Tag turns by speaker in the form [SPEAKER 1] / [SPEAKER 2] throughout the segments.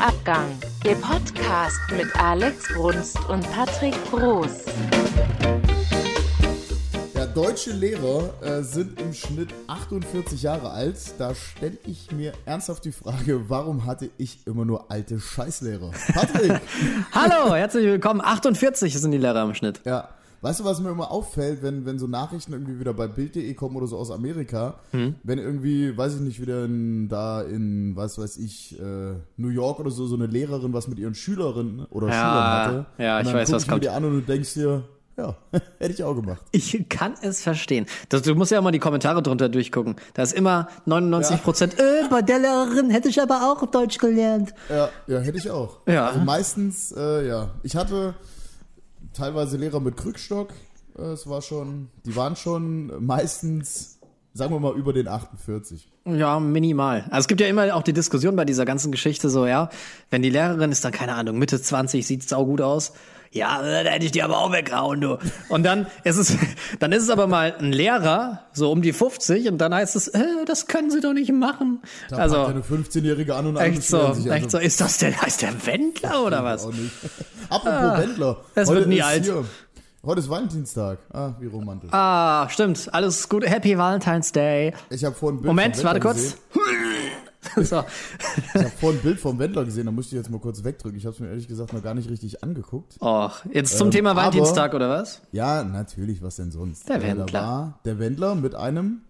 [SPEAKER 1] Abgang. Der Podcast mit Alex Brunst und Patrick Groß.
[SPEAKER 2] Ja, deutsche Lehrer äh, sind im Schnitt 48 Jahre alt. Da stelle ich mir ernsthaft die Frage, warum hatte ich immer nur alte Scheißlehrer? Patrick!
[SPEAKER 3] Hallo, herzlich willkommen. 48 sind die Lehrer im Schnitt.
[SPEAKER 2] ja. Weißt du, was mir immer auffällt, wenn, wenn so Nachrichten irgendwie wieder bei Bild.de kommen oder so aus Amerika,
[SPEAKER 3] Hm?
[SPEAKER 2] wenn irgendwie, weiß ich nicht, wieder in, da in, was weiß ich, äh, New York oder so, so eine Lehrerin was mit ihren Schülerinnen oder
[SPEAKER 3] Ja,
[SPEAKER 2] Schülern hatte.
[SPEAKER 3] ja,
[SPEAKER 2] und
[SPEAKER 3] ich
[SPEAKER 2] dann
[SPEAKER 3] weiß,
[SPEAKER 2] guck
[SPEAKER 3] was
[SPEAKER 2] ich
[SPEAKER 3] kommt.
[SPEAKER 2] Mir die an und du denkst dir, ja, hätte ich auch gemacht.
[SPEAKER 3] Ich kann es verstehen. Das, du musst ja immer die Kommentare drunter durchgucken. Da ist immer 99 Prozent, äh, bei der Lehrerin hätte ich aber auch Deutsch gelernt.
[SPEAKER 2] Ja, ja, hätte ich auch.
[SPEAKER 3] Ja.
[SPEAKER 2] Also meistens, äh, ja. Ich hatte teilweise Lehrer mit Krückstock. Äh, Es war schon, die waren schon meistens, sagen wir mal, über den 48.
[SPEAKER 3] Ja, minimal. Also es gibt ja immer auch die Diskussion bei dieser ganzen Geschichte so, ja, wenn die Lehrerin ist dann, keine Ahnung, Mitte 20, sieht sau gut aus. Ja, äh, da hätte ich die aber auch weggehauen, du. Und dann ist es, dann ist es aber mal ein Lehrer, so um die 50, und dann heißt es, äh, das können sie doch nicht machen.
[SPEAKER 2] Da
[SPEAKER 3] also,
[SPEAKER 2] packt eine 15-Jährige an und alle
[SPEAKER 3] Echt so,
[SPEAKER 2] beschweren sich. also.
[SPEAKER 3] echt so. Ist das denn, heißt der Wendler oder was?
[SPEAKER 2] Auch nicht. Apropos Wendler.
[SPEAKER 3] Ah, das wird
[SPEAKER 2] Heute
[SPEAKER 3] nie
[SPEAKER 2] ist
[SPEAKER 3] alt.
[SPEAKER 2] Hier, heute ist Valentinstag. Ah, wie romantisch.
[SPEAKER 3] Ah, stimmt. Alles gut. Happy Valentine's Day.
[SPEAKER 2] Ich habe vorhin ein Bild
[SPEAKER 3] Moment,
[SPEAKER 2] vom
[SPEAKER 3] warte
[SPEAKER 2] Wendler
[SPEAKER 3] kurz.
[SPEAKER 2] Gesehen.
[SPEAKER 3] so.
[SPEAKER 2] Ich habe vorhin ein Bild vom Wendler gesehen, da musste ich jetzt mal kurz wegdrücken. Ich habe es mir ehrlich gesagt noch gar nicht richtig angeguckt.
[SPEAKER 3] Och, jetzt zum
[SPEAKER 2] Ähm,
[SPEAKER 3] Thema
[SPEAKER 2] aber-
[SPEAKER 3] Valentinstag oder was?
[SPEAKER 2] Ja, natürlich, was denn sonst?
[SPEAKER 3] Der
[SPEAKER 2] Äh, da
[SPEAKER 3] Wendler.
[SPEAKER 2] war der Wendler mit einem.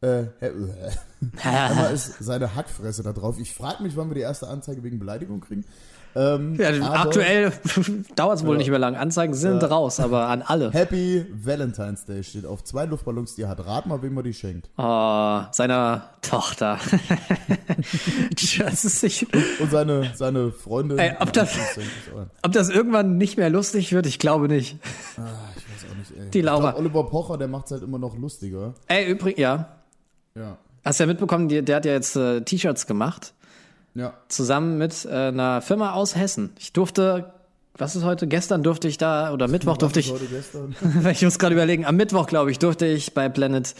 [SPEAKER 2] Äh, hä- äh, einmal ist seine Hackfresse da drauf. Ich frage mich, wann wir die erste Anzeige wegen Beleidigung kriegen. Ähm,
[SPEAKER 3] Ja,
[SPEAKER 2] aber
[SPEAKER 3] aktuell dauert es wohl nicht mehr lang. Anzeigen sind raus, aber an alle.
[SPEAKER 2] Happy Valentine's Day steht auf zwei Luftballons, die er hat. Rat mal, wem man die schenkt.
[SPEAKER 3] Oh, seiner Tochter. das ist nicht,
[SPEAKER 2] Und seine, seine Freundin.
[SPEAKER 3] Ey, ob das-
[SPEAKER 2] Ich weiß
[SPEAKER 3] ob das irgendwann nicht mehr lustig wird, ich glaube nicht.
[SPEAKER 2] auch nicht, ey.
[SPEAKER 3] Die
[SPEAKER 2] Ich
[SPEAKER 3] Laura.
[SPEAKER 2] glaub, Oliver Pocher, der macht's halt immer noch lustiger.
[SPEAKER 3] Ey, übrigens, ja.
[SPEAKER 2] Ja.
[SPEAKER 3] Hast du ja mitbekommen, die, der hat ja jetzt äh, T-Shirts gemacht.
[SPEAKER 2] Ja.
[SPEAKER 3] zusammen mit äh, einer Firma aus Hessen. Ich durfte, was ist heute? Gestern durfte ich da oder Mittwoch durfte ich,
[SPEAKER 2] Heute gestern.
[SPEAKER 3] ich muss gerade überlegen, am Mittwoch glaube ich durfte ich bei Planet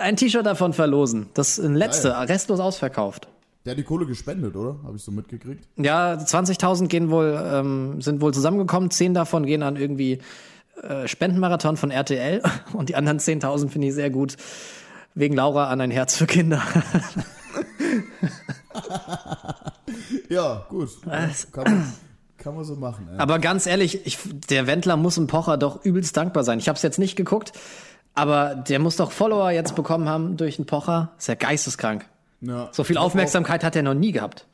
[SPEAKER 3] ein T-Shirt davon verlosen. Das in letzte, restlos ausverkauft.
[SPEAKER 2] Der hat die Kohle gespendet, oder? Habe ich so mitgekriegt.
[SPEAKER 3] Ja, 20.000 gehen wohl, ähm, sind wohl zusammengekommen. Zehn davon gehen an irgendwie äh, Spendenmarathon von RTL und die anderen 10.000 finde ich sehr gut. Wegen Laura an ein Herz für Kinder.
[SPEAKER 2] Ja, gut. Kann man, kann man so machen, ey.
[SPEAKER 3] Aber ganz ehrlich, ich, der Wendler muss dem Pocher doch übelst dankbar sein. Ich habe es jetzt nicht geguckt, aber der muss doch Follower jetzt bekommen haben durch den Pocher. Ist ja geisteskrank.
[SPEAKER 2] Ja.
[SPEAKER 3] So viel Aufmerksamkeit hat er noch nie gehabt.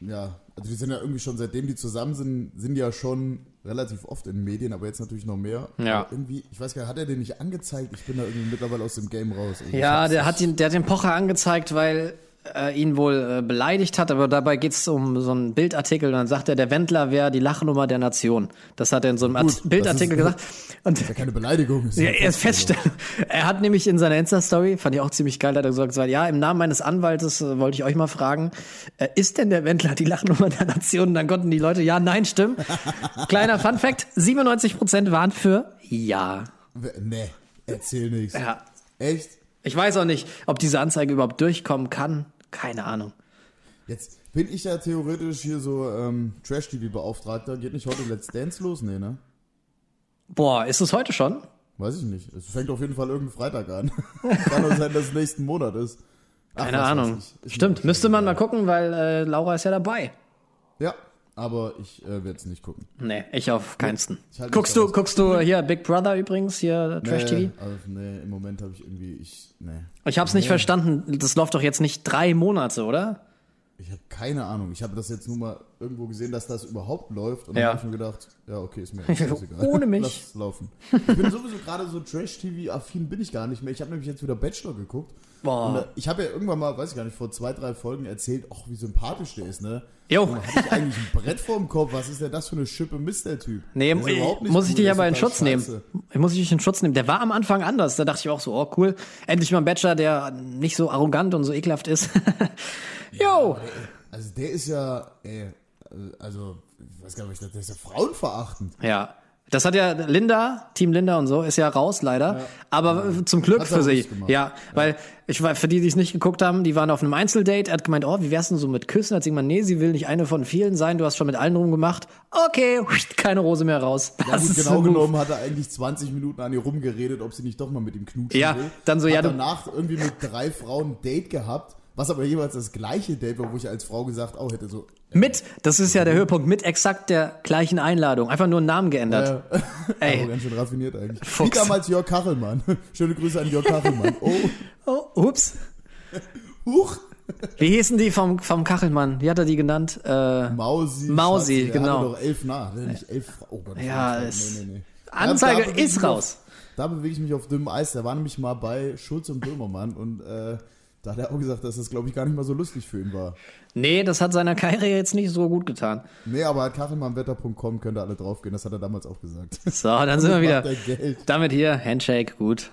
[SPEAKER 2] Ja, also die sind ja irgendwie schon, seitdem die zusammen sind, sind die ja schon relativ oft in Medien, aber jetzt natürlich noch mehr.
[SPEAKER 3] Ja.
[SPEAKER 2] Aber irgendwie, ich weiß gar nicht, hat er den nicht angezeigt? Ich bin da irgendwie mittlerweile aus dem Game raus. Also ich
[SPEAKER 3] Ja,
[SPEAKER 2] hab's
[SPEAKER 3] der
[SPEAKER 2] nicht-
[SPEAKER 3] hat, ihn, der hat den Pocher angezeigt, weil äh, ihn wohl äh, beleidigt hat, aber dabei geht's um so einen Bildartikel und dann sagt er, der Wendler wäre die Lachnummer der Nation. Das hat er in so einem
[SPEAKER 2] Gut,
[SPEAKER 3] Art Bildartikel
[SPEAKER 2] das
[SPEAKER 3] gesagt. Und
[SPEAKER 2] Ja, keine Beleidigung. Ist
[SPEAKER 3] Ja, er ist feststellen. Er hat nämlich in seiner Insta-Story, fand ich auch ziemlich geil, hat er gesagt, gesagt, ja, im Namen meines Anwaltes äh, wollte ich euch mal fragen, äh, ist denn der Wendler die Lachnummer der Nation? Und dann konnten die Leute ja, nein, stimmen. Kleiner Fun Fact, 97% waren für ja.
[SPEAKER 2] Wer- Nee, erzähl nichts.
[SPEAKER 3] Ja.
[SPEAKER 2] Echt?
[SPEAKER 3] Ich weiß auch nicht, ob diese Anzeige überhaupt durchkommen kann. Keine Ahnung.
[SPEAKER 2] Jetzt bin ich ja theoretisch hier so ähm, Trash-TV-Beauftragter. Geht nicht heute Let's Dance los? Nee, ne?
[SPEAKER 3] Boah, ist es heute schon?
[SPEAKER 2] Weiß ich nicht. Es fängt auf jeden Fall irgendeinen Freitag an. Kann auch sein, dass es nächsten Monat ist. Ach,
[SPEAKER 3] Keine
[SPEAKER 2] was weiß ich.
[SPEAKER 3] Ahnung.
[SPEAKER 2] Ist mir auch
[SPEAKER 3] Stimmt, müsste man
[SPEAKER 2] scheißegal.
[SPEAKER 3] mal gucken, weil äh, Laura ist ja dabei.
[SPEAKER 2] Ja, aber ich äh, werde es nicht gucken.
[SPEAKER 3] Nee, ich auf keinsten.
[SPEAKER 2] Ich halte mich
[SPEAKER 3] Guckst du,
[SPEAKER 2] raus.
[SPEAKER 3] guckst du hier Big Brother übrigens, hier Trash TV?
[SPEAKER 2] Nee, also, nee, im Moment habe ich irgendwie, ich, nee.
[SPEAKER 3] Ich hab's nicht verstanden. Das läuft doch jetzt nicht drei Monate, oder?
[SPEAKER 2] Ich habe keine Ahnung. Ich habe das jetzt nur mal irgendwo gesehen, dass das überhaupt läuft. Und
[SPEAKER 3] Ja.
[SPEAKER 2] dann habe ich mir gedacht, ja, okay, ist mir egal.
[SPEAKER 3] Ohne mich.
[SPEAKER 2] Lass es laufen. Ich bin sowieso gerade so Trash-TV-affin bin ich gar nicht mehr. Ich habe nämlich jetzt wieder Bachelor geguckt.
[SPEAKER 3] Boah.
[SPEAKER 2] Und, äh, ich habe ja irgendwann mal, weiß ich gar nicht, vor zwei, drei Folgen erzählt, ach, wie sympathisch der ist, ne?
[SPEAKER 3] Jo.
[SPEAKER 2] Hab ich eigentlich ein Brett vorm Kopf? Was ist denn das für eine Schippe Mist, der Typ?
[SPEAKER 3] Nee,
[SPEAKER 2] Der ist
[SPEAKER 3] ich-
[SPEAKER 2] überhaupt nicht
[SPEAKER 3] muss ich
[SPEAKER 2] cool,
[SPEAKER 3] dich
[SPEAKER 2] der
[SPEAKER 3] aber
[SPEAKER 2] ist
[SPEAKER 3] in
[SPEAKER 2] total
[SPEAKER 3] Schutz nehmen.
[SPEAKER 2] scheiße.
[SPEAKER 3] Ich muss ich dich in Schutz nehmen. Der war am Anfang anders. Da dachte ich auch so, oh cool, endlich mal ein Bachelor, der nicht so arrogant und so ekelhaft ist. Jo!
[SPEAKER 2] Also äh, der ist ja, ey, also, ich weiß gar nicht, was ich dachte, der ist ja frauenverachtend.
[SPEAKER 3] Ja. Das hat ja Linda, Team Linda und so, ist ja raus leider. Aber zum Glück
[SPEAKER 2] Hat sie
[SPEAKER 3] für
[SPEAKER 2] auch
[SPEAKER 3] sie.
[SPEAKER 2] gut gemacht.
[SPEAKER 3] Ja, weil ich war, für die, die es nicht geguckt haben, die waren auf einem Einzeldate. Er hat gemeint, oh, wie wär's denn so mit Küssen? Hat sie gemeint, nee, sie will nicht eine von vielen sein. Du hast schon mit allen rumgemacht. Okay, keine Rose mehr raus. Das
[SPEAKER 2] Ja, gut,
[SPEAKER 3] ist
[SPEAKER 2] genau
[SPEAKER 3] so gut.
[SPEAKER 2] genommen hat er eigentlich 20 Minuten an ihr rumgeredet, ob sie nicht doch mal mit ihm knutschen
[SPEAKER 3] Ja,
[SPEAKER 2] will.
[SPEAKER 3] dann so,
[SPEAKER 2] hat
[SPEAKER 3] ja, du-
[SPEAKER 2] danach irgendwie mit drei Frauen ein Date gehabt, was aber jeweils das gleiche Date war, wo ich als Frau gesagt auch hätte so,
[SPEAKER 3] Mit, das ist ja der Höhepunkt, mit exakt der gleichen Einladung. Einfach nur einen Namen geändert.
[SPEAKER 2] oh,
[SPEAKER 3] Ey,
[SPEAKER 2] ganz schön raffiniert eigentlich.
[SPEAKER 3] Fuchs.
[SPEAKER 2] Wie damals Jörg Kachelmann. Schöne Grüße an Jörg Kachelmann. Oh,
[SPEAKER 3] oh, ups.
[SPEAKER 2] huch.
[SPEAKER 3] Wie hießen die vom, vom Kachelmann? Wie hat er die genannt? Äh,
[SPEAKER 2] Mausi.
[SPEAKER 3] Mausi,
[SPEAKER 2] Schatzi, der
[SPEAKER 3] genau.
[SPEAKER 2] Hatte doch elf nach, der hat nicht elf Fra- Oh Gott.
[SPEAKER 3] Ja,
[SPEAKER 2] nee,
[SPEAKER 3] es-
[SPEAKER 2] nee, nee.
[SPEAKER 3] Anzeige
[SPEAKER 2] bewege ich
[SPEAKER 3] ist
[SPEAKER 2] mich
[SPEAKER 3] raus.
[SPEAKER 2] Auf, da bewege ich mich auf dünnem Eis. Der war nämlich mal bei Schulz und Böhmermann und äh, da hat er auch gesagt, dass das, glaube ich, gar nicht mal so lustig für ihn war.
[SPEAKER 3] nee, das hat seiner Karriere jetzt nicht so gut getan.
[SPEAKER 2] Nee, aber hat kachelmannwetter.com könnt ihr alle draufgehen, das hat er damals auch gesagt.
[SPEAKER 3] So, dann sind wir wieder.
[SPEAKER 2] Macht er Geld.
[SPEAKER 3] Damit hier, Handshake, gut.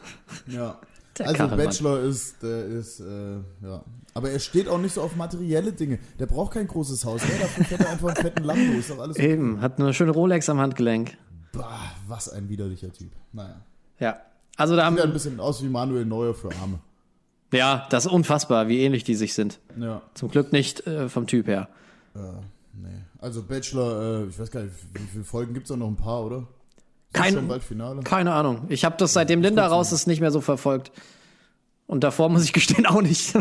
[SPEAKER 2] Ja.
[SPEAKER 3] Der
[SPEAKER 2] also
[SPEAKER 3] Kachelmann.
[SPEAKER 2] Bachelor ist, äh, ist äh, ja. Aber er steht auch nicht so auf materielle Dinge. Der braucht kein großes Haus. Ne? Dafür fährt er einfach einen fetten Lambo. Ist doch alles.
[SPEAKER 3] Eben, hat eine schöne Rolex am Handgelenk.
[SPEAKER 2] Bah, was ein widerlicher Typ. Naja.
[SPEAKER 3] Ja. Also da haben
[SPEAKER 2] Sieht ja ein bisschen aus wie Manuel Neuer für Arme.
[SPEAKER 3] ja, das ist unfassbar, wie ähnlich die sich sind.
[SPEAKER 2] Ja.
[SPEAKER 3] Zum Glück nicht äh, vom Typ her.
[SPEAKER 2] Nee. Also Bachelor, äh, ich weiß gar nicht, wie viele Folgen gibt's da noch ein paar, oder? Ist
[SPEAKER 3] Kein-
[SPEAKER 2] schon bald Finale.
[SPEAKER 3] Keine Ahnung. Ich habe das seitdem Linda raus ist nicht mehr so verfolgt. Und davor muss ich gestehen auch nicht.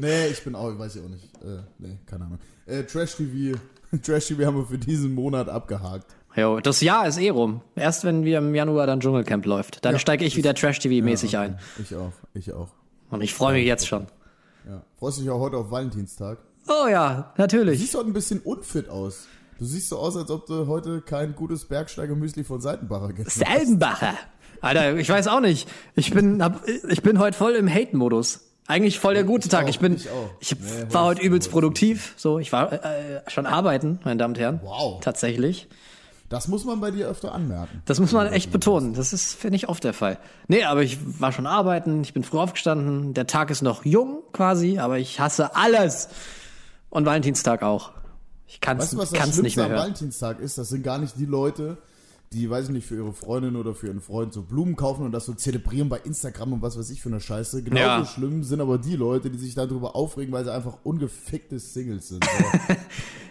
[SPEAKER 2] Nee, ich bin auch, weiß ich auch nicht. Äh, nee, keine Ahnung. Äh, Trash TV. Trash TV haben wir für diesen Monat abgehakt.
[SPEAKER 3] jo, das Jahr ist eh rum. Erst wenn wir im Januar dann Dschungelcamp läuft, dann steige ich wieder Trash TV mäßig ein.
[SPEAKER 2] Ich auch, ich auch.
[SPEAKER 3] Und ich freue mich jetzt schon.
[SPEAKER 2] Ja. Freust dich auch heute auf Valentinstag?
[SPEAKER 3] Oh ja,
[SPEAKER 2] Du
[SPEAKER 3] natürlich.
[SPEAKER 2] siehst heute ein bisschen unfit aus. Du siehst so aus, als ob du heute kein gutes Bergsteigermüsli von Seitenbacher gegessen hast.
[SPEAKER 3] Selbenbacher. Alter, ich weiß auch nicht. Ich bin, hab, ich bin heute voll im Hate-Modus. Eigentlich voll der gute Tag.
[SPEAKER 2] auch,
[SPEAKER 3] ich bin, ich,
[SPEAKER 2] ich auch. Nee,
[SPEAKER 3] war
[SPEAKER 2] heute
[SPEAKER 3] heute
[SPEAKER 2] ist-
[SPEAKER 3] übelst
[SPEAKER 2] heute ist-
[SPEAKER 3] produktiv. So, ich war äh, schon arbeiten, meine Damen und Herren.
[SPEAKER 2] Wow.
[SPEAKER 3] Tatsächlich.
[SPEAKER 2] Das muss man bei dir öfter anmerken.
[SPEAKER 3] Das muss man echt betonen. Das ist, finde ich, oft der Fall. Nee, aber ich war schon arbeiten, ich bin früh aufgestanden, der Tag ist noch jung quasi, aber ich hasse alles. Und Valentinstag auch. Ich kann
[SPEAKER 2] Weißt du, was das
[SPEAKER 3] es
[SPEAKER 2] Schlimmste
[SPEAKER 3] nicht mehr
[SPEAKER 2] am
[SPEAKER 3] hören.
[SPEAKER 2] Valentinstag ist? Das sind gar nicht die Leute, die, weiß ich nicht, für ihre Freundin oder für ihren Freund so Blumen kaufen und das so zelebrieren bei Instagram und was weiß ich für eine Scheiße. Genauso
[SPEAKER 3] Ja.
[SPEAKER 2] schlimm sind aber die Leute, die sich darüber aufregen, weil sie einfach ungefickte Singles sind. So.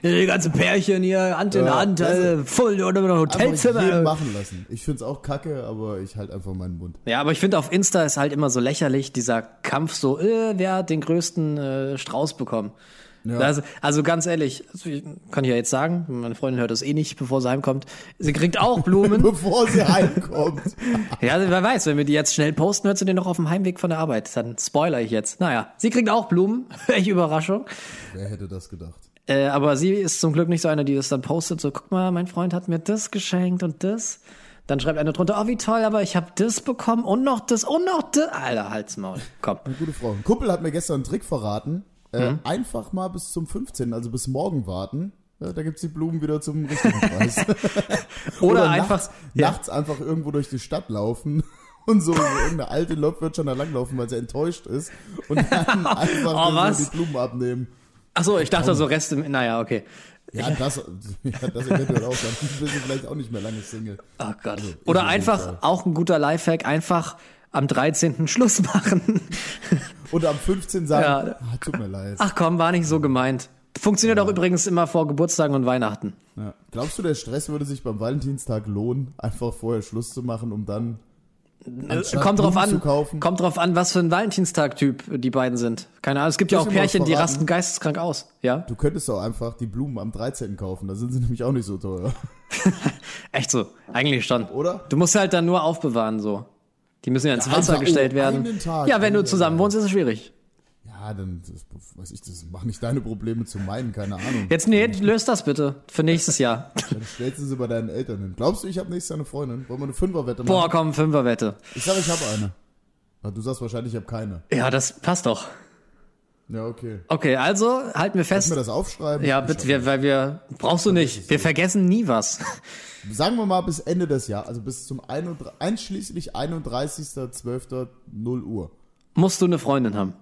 [SPEAKER 3] Die ganzen Pärchen hier, Hand in
[SPEAKER 2] Ja,
[SPEAKER 3] Hand,
[SPEAKER 2] weißt
[SPEAKER 3] äh, voll oder im
[SPEAKER 2] Einfach jeden
[SPEAKER 3] Hotelzimmer.
[SPEAKER 2] machen lassen. Ich find's auch kacke, aber ich halt einfach meinen Mund.
[SPEAKER 3] Ja, aber ich finde auf Insta ist halt immer so lächerlich dieser Kampf so, äh, wer hat den größten äh, Strauß bekommen. Das, also ganz ehrlich, also ich- kann ich ja jetzt sagen, meine Freundin hört das eh nicht, bevor sie heimkommt. Sie kriegt auch Blumen.
[SPEAKER 2] Bevor sie heimkommt.
[SPEAKER 3] Ja, wer weiß, wenn wir die jetzt schnell posten, hört sie den noch auf dem Heimweg von der Arbeit. Dann spoiler ich jetzt. Naja, sie kriegt auch Blumen. Welche Überraschung.
[SPEAKER 2] Wer hätte das gedacht?
[SPEAKER 3] Äh, aber sie ist zum Glück nicht so eine, die das dann postet. So, guck mal, mein Freund hat mir das geschenkt und das. Dann schreibt einer drunter, oh wie toll, aber ich habe das bekommen und noch das und noch das. Alter, halt's Maul. Komm.
[SPEAKER 2] Gute Frau. Ein Kumpel hat mir gestern einen Trick verraten. Äh,
[SPEAKER 3] Mhm.
[SPEAKER 2] Einfach mal bis zum 15., also bis morgen warten. Ja, da gibt's die Blumen wieder zum richtigen Preis.
[SPEAKER 3] Oder, einfach.
[SPEAKER 2] nachts, nachts einfach irgendwo durch die Stadt laufen. Und so irgendeine alte Lok wird schon da langlaufen, weil sie enttäuscht ist. Und dann einfach
[SPEAKER 3] Oh,
[SPEAKER 2] nur
[SPEAKER 3] was?
[SPEAKER 2] die Blumen abnehmen.
[SPEAKER 3] Achso, ich dachte so Reste. Naja, okay.
[SPEAKER 2] Ja, das, ja, das eventuell auch. Dann bist du vielleicht auch nicht mehr lange Single.
[SPEAKER 3] Oh Gott.
[SPEAKER 2] Also,
[SPEAKER 3] Oder
[SPEAKER 2] ich auf jeden Fall.
[SPEAKER 3] einfach, auch ein guter Lifehack, einfach am 13. Schluss machen.
[SPEAKER 2] Und am 15. sagen,
[SPEAKER 3] Ja.
[SPEAKER 2] ah, tut mir leid.
[SPEAKER 3] Ach komm, war nicht so gemeint. Funktioniert auch übrigens immer vor Geburtstagen und Weihnachten.
[SPEAKER 2] Ja. Glaubst du, der Stress würde sich beim Valentinstag lohnen, einfach vorher Schluss zu machen, um dann anstatt
[SPEAKER 3] Äh, kommt drauf
[SPEAKER 2] Blumen zu
[SPEAKER 3] an,
[SPEAKER 2] kaufen?
[SPEAKER 3] kommt drauf an, was für ein Valentinstag-Typ die beiden sind. Keine Ahnung, es gibt ja
[SPEAKER 2] Soll
[SPEAKER 3] auch
[SPEAKER 2] ich dir mal
[SPEAKER 3] Pärchen, die
[SPEAKER 2] verraten?
[SPEAKER 3] rasten geisteskrank aus, ja?
[SPEAKER 2] Du könntest auch einfach die Blumen am 13. kaufen, da sind sie nämlich auch nicht so teuer.
[SPEAKER 3] Echt so, eigentlich schon.
[SPEAKER 2] Oder?
[SPEAKER 3] Du musst halt dann nur aufbewahren, so. Die müssen ja ins
[SPEAKER 2] Ja,
[SPEAKER 3] Wasser
[SPEAKER 2] einfach, oh,
[SPEAKER 3] gestellt werden.
[SPEAKER 2] einen Tag.
[SPEAKER 3] ja, wenn du
[SPEAKER 2] Ja,
[SPEAKER 3] zusammen
[SPEAKER 2] ja.
[SPEAKER 3] wohnst, ist es schwierig.
[SPEAKER 2] Ja, dann, das, weiß ich, das machen nicht deine Probleme zu meinen, keine Ahnung.
[SPEAKER 3] Jetzt, nee, löst das bitte für nächstes Jahr.
[SPEAKER 2] Dann stellst du sie bei deinen Eltern hin. Glaubst du, ich habe nächstes Jahr eine Freundin? Wollen wir eine Fünferwette machen?
[SPEAKER 3] Boah, komm, Fünferwette.
[SPEAKER 2] Ich sage, ich habe eine. Ja, du sagst wahrscheinlich, ich habe keine.
[SPEAKER 3] Ja, das passt doch.
[SPEAKER 2] Ja, okay.
[SPEAKER 3] Okay, also halten
[SPEAKER 2] Können
[SPEAKER 3] wir fest.
[SPEAKER 2] wir das aufschreiben?
[SPEAKER 3] Ja, bitte, wir, weil wir brauchst du nicht. Wir vergessen nie was.
[SPEAKER 2] Sagen wir mal bis Ende des Jahres, also bis zum 31, einschließlich 31.12.0 Uhr.
[SPEAKER 3] Musst du eine Freundin haben.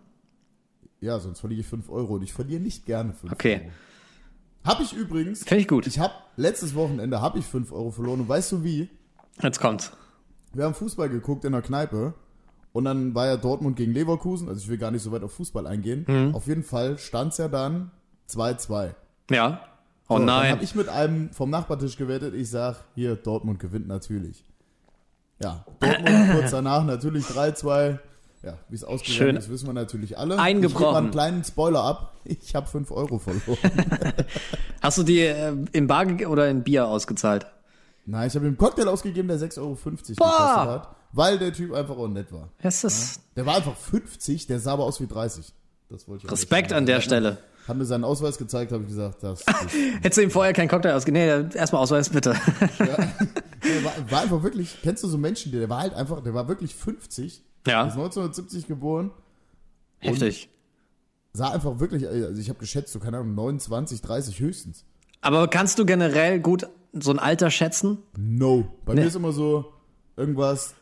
[SPEAKER 2] Ja, sonst verliere ich 5 Euro und ich verliere nicht gerne 5
[SPEAKER 3] Okay.
[SPEAKER 2] Euro. Hab ich übrigens.
[SPEAKER 3] Finde ich gut.
[SPEAKER 2] Ich habe letztes Wochenende habe ich 5 Euro verloren und weißt du wie?
[SPEAKER 3] Jetzt kommt's.
[SPEAKER 2] Wir haben Fußball geguckt in der Kneipe und dann war ja Dortmund gegen Leverkusen. Also ich will gar nicht so weit auf Fußball eingehen.
[SPEAKER 3] Mhm.
[SPEAKER 2] Auf jeden Fall stand's ja dann 2-2.
[SPEAKER 3] Ja. Oh
[SPEAKER 2] So, Dann
[SPEAKER 3] nein.
[SPEAKER 2] habe ich mit einem vom Nachbartisch gewettet. Ich sag, hier, Dortmund gewinnt natürlich. Ja, Dortmund kurz danach natürlich 3-2. Ja, wie es
[SPEAKER 3] Schön.
[SPEAKER 2] ausgegangen ist, wissen wir natürlich alle. Ich gebe
[SPEAKER 3] Eingebrochen.
[SPEAKER 2] mal einen kleinen Spoiler ab. Ich habe 5 Euro verloren.
[SPEAKER 3] Hast du die äh, im Bar ge- oder in Bier ausgezahlt?
[SPEAKER 2] Nein, ich habe ihm einen Cocktail ausgegeben, der 6,50 Euro gekostet hat, weil der Typ einfach auch nett war.
[SPEAKER 3] Es ist
[SPEAKER 2] Der war einfach 50, der sah aber aus wie 30. Das wollte ich auch
[SPEAKER 3] Respekt
[SPEAKER 2] nicht
[SPEAKER 3] an der Stelle.
[SPEAKER 2] sagen. Haben mir seinen Ausweis gezeigt, habe ich gesagt, das
[SPEAKER 3] Hättest du ihm vorher keinen Cocktail ausgegeben? Nee, erstmal Ausweis bitte.
[SPEAKER 2] der war, war einfach wirklich, kennst du so Menschen, der, der war halt einfach, der war wirklich 50, ist
[SPEAKER 3] Ja,
[SPEAKER 2] 1970 geboren,
[SPEAKER 3] heftig.
[SPEAKER 2] sah einfach wirklich, also ich habe geschätzt, so keine Ahnung, 29, 30 höchstens.
[SPEAKER 3] Aber kannst du generell gut so ein Alter schätzen?
[SPEAKER 2] No. Bei mir ist immer so irgendwas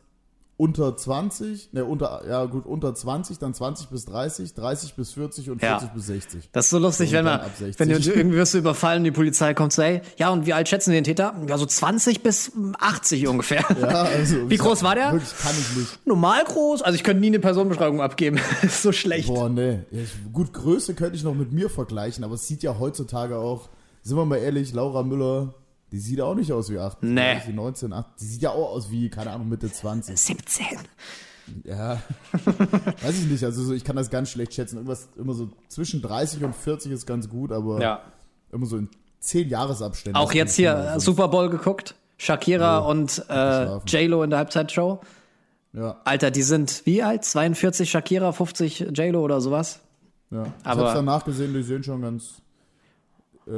[SPEAKER 2] unter 20, ne, unter, ja gut, unter 20, dann 20 bis 30, 30 bis 40 und
[SPEAKER 3] Ja.
[SPEAKER 2] 40 bis 60.
[SPEAKER 3] Das ist so lustig,
[SPEAKER 2] Und
[SPEAKER 3] wenn
[SPEAKER 2] dann
[SPEAKER 3] man,
[SPEAKER 2] ab 60.
[SPEAKER 3] wenn du irgendwie wirst du überfallen, die Polizei kommt so, ey, ja, und wie alt schätzen Sie den Täter? Ja, so 20 bis 80 ungefähr.
[SPEAKER 2] Ja, also,
[SPEAKER 3] Wie groß
[SPEAKER 2] sag,
[SPEAKER 3] war der?
[SPEAKER 2] Wirklich kann ich nicht.
[SPEAKER 3] Normal groß? Also ich könnte nie eine Personenbeschreibung abgeben. ist so schlecht.
[SPEAKER 2] Boah, ne. Ja, ich- Gut, Größe könnte ich noch mit mir vergleichen, aber es sieht ja heutzutage auch, sind wir mal ehrlich, Laura Müller, die sieht auch nicht aus wie 18.
[SPEAKER 3] Nee.
[SPEAKER 2] Die 19, 8, die sieht ja auch aus wie, keine Ahnung, Mitte 20.
[SPEAKER 3] 17.
[SPEAKER 2] Ja. Weiß ich nicht, also so, ich kann das ganz schlecht schätzen. Irgendwas immer so zwischen 30 und 40 ist ganz gut, aber
[SPEAKER 3] Ja.
[SPEAKER 2] immer so in 10 Jahresabständen.
[SPEAKER 3] Auch jetzt hier also, Super Bowl geguckt. Shakira und äh,
[SPEAKER 2] geschlafen.
[SPEAKER 3] J-Lo in der Halbzeitshow.
[SPEAKER 2] Ja,
[SPEAKER 3] Alter, die sind wie alt? 42 Shakira, 50 J-Lo oder sowas.
[SPEAKER 2] ja. Ich
[SPEAKER 3] Aber-
[SPEAKER 2] hab's danach gesehen, die sehen schon ganz. Äh,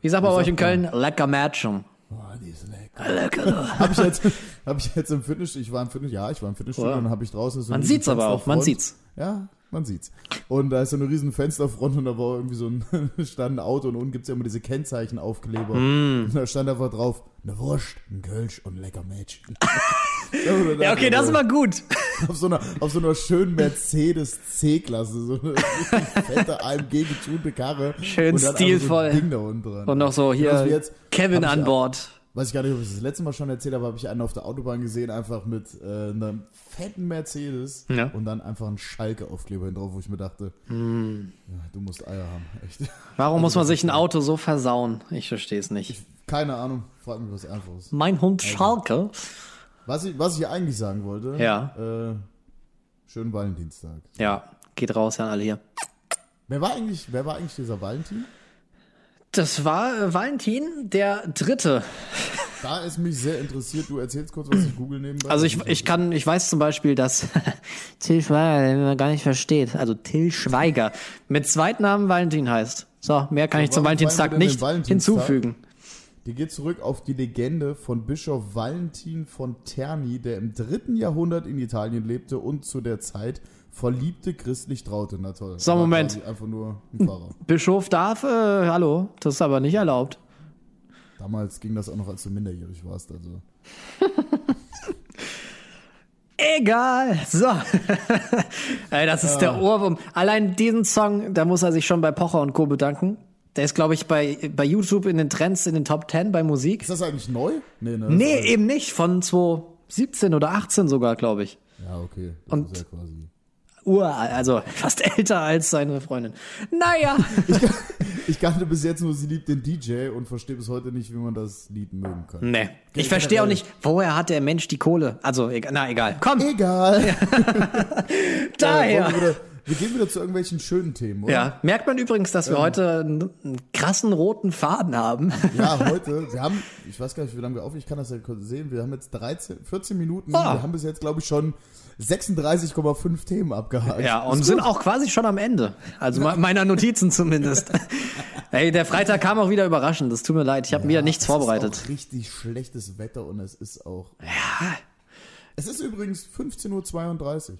[SPEAKER 3] Wie sagt man bei euch in Köln? Lecker Matchum.
[SPEAKER 2] Boah, die ist lecker.
[SPEAKER 3] Lecker.
[SPEAKER 2] ne? Hab ich jetzt, hab ich jetzt im Fitness, ich war im Fitness, ja, ich war im Fitnessstudio
[SPEAKER 3] Wow.
[SPEAKER 2] und dann habe ich draußen so
[SPEAKER 3] Man
[SPEAKER 2] einen
[SPEAKER 3] sieht's
[SPEAKER 2] riesen
[SPEAKER 3] aber auch, man
[SPEAKER 2] Fensterfront.
[SPEAKER 3] sieht's.
[SPEAKER 2] Ja, man sieht's. Und da ist so eine riesen Fensterfront und da war irgendwie so ein, stand ein Auto und unten gibt's ja immer diese Kennzeichenaufkleber.
[SPEAKER 3] Mm.
[SPEAKER 2] Und da stand einfach drauf, eine Wurst, ein Kölsch und ein lecker Mädchen.
[SPEAKER 3] Ja, okay, das war gut.
[SPEAKER 2] Auf so einer, auf so einer schönen Mercedes C-Klasse, so eine richtig fette AMG-getunte Karre.
[SPEAKER 3] Schön
[SPEAKER 2] und dann einfach
[SPEAKER 3] stilvoll.
[SPEAKER 2] So ein Ding da unten dran.
[SPEAKER 3] Und noch so
[SPEAKER 2] Genauso wie
[SPEAKER 3] hier
[SPEAKER 2] jetzt
[SPEAKER 3] Kevin
[SPEAKER 2] hab ich
[SPEAKER 3] an
[SPEAKER 2] auch-
[SPEAKER 3] Bord.
[SPEAKER 2] Weiß ich gar nicht, ob ich das letzte Mal schon erzählt habe, habe ich einen auf der Autobahn gesehen, einfach mit äh, einem fetten Mercedes
[SPEAKER 3] Ja.
[SPEAKER 2] und dann einfach einen Schalke-Aufkleber hin drauf, wo ich mir dachte,
[SPEAKER 3] Hm.
[SPEAKER 2] ja, du musst Eier haben, echt.
[SPEAKER 3] Warum muss man sich ein Auto so versauen? Ich verstehe es nicht.
[SPEAKER 2] Keine Ahnung, frag mich was Einfaches.
[SPEAKER 3] Mein Hund
[SPEAKER 2] Also.
[SPEAKER 3] Schalke.
[SPEAKER 2] Was ich, was ich eigentlich sagen wollte,
[SPEAKER 3] Ja.
[SPEAKER 2] äh, schönen Valentinstag.
[SPEAKER 3] Ja, geht raus an alle hier.
[SPEAKER 2] Wer war eigentlich, wer war eigentlich dieser Valentin?
[SPEAKER 3] Das war äh, Valentin der Dritte.
[SPEAKER 2] Da ist mich sehr interessiert, du erzählst kurz, was ich google nebenbei.
[SPEAKER 3] Also ich, ich kann, ich weiß zum Beispiel, dass Till Schweiger, den man gar nicht versteht, also Till Schweiger, mit Zweitnamen Valentin heißt. So, mehr kann ich zum
[SPEAKER 2] warum
[SPEAKER 3] Valentinstag
[SPEAKER 2] feiern wir denn
[SPEAKER 3] nicht
[SPEAKER 2] den Valentinstag?
[SPEAKER 3] hinzufügen.
[SPEAKER 2] Die geht zurück auf die Legende von Bischof Valentin von Terni, der im dritten Jahrhundert in Italien lebte und zu der Zeit verliebte christlich traute. Na toll.
[SPEAKER 3] So,
[SPEAKER 2] Er war
[SPEAKER 3] Moment.
[SPEAKER 2] quasi Einfach nur ein Pfarrer.
[SPEAKER 3] Bischof darf, äh, hallo, das ist aber nicht erlaubt.
[SPEAKER 2] Damals ging das auch noch, als du minderjährig warst. Also.
[SPEAKER 3] Egal. So. Ey, das ist der Ohrwurm. Allein diesen Song, da muss er sich schon bei Pocher und Co. bedanken. Der ist, glaube ich, bei, bei YouTube in den Trends, in den Top 10 bei Musik.
[SPEAKER 2] Ist das eigentlich neu? Nee, ne?
[SPEAKER 3] Nee, eben nicht. Von 2017 oder 18 sogar, glaube ich.
[SPEAKER 2] Ja, okay. Das
[SPEAKER 3] Und-
[SPEAKER 2] ist ja quasi.
[SPEAKER 3] Ural, also fast älter als seine Freundin. Naja,
[SPEAKER 2] Ich kannte bis jetzt nur, sie liebt den DJ und verstehe bis heute nicht, wie man das Lied mögen kann.
[SPEAKER 3] nee. Ich verstehe auch nicht, woher hat der Mensch die Kohle? Also, egal- na egal. Komm,
[SPEAKER 2] Egal.
[SPEAKER 3] daher.
[SPEAKER 2] Wollen wir, wieder, wir gehen wieder zu irgendwelchen schönen Themen, oder?
[SPEAKER 3] Ja, merkt man übrigens, dass wir heute einen, einen krassen roten Faden haben.
[SPEAKER 2] Ja, heute, wir haben, ich weiß gar nicht, wie lange wir auf, ich kann das ja kurz sehen, wir haben jetzt 13, 14 Minuten,
[SPEAKER 3] Ah.
[SPEAKER 2] wir haben bis jetzt, glaube ich, schon 36,5 Themen abgehakt.
[SPEAKER 3] Ja,
[SPEAKER 2] Ist
[SPEAKER 3] und
[SPEAKER 2] gut.
[SPEAKER 3] sind auch quasi schon am Ende. Also me- meiner Notizen zumindest. Ey, der Freitag kam auch wieder überraschend. Das tut mir leid. Ich habe wieder nichts
[SPEAKER 2] es Ist
[SPEAKER 3] vorbereitet.
[SPEAKER 2] auch richtig schlechtes Wetter und es ist auch. Ja. Es ist übrigens 15.32 Uhr.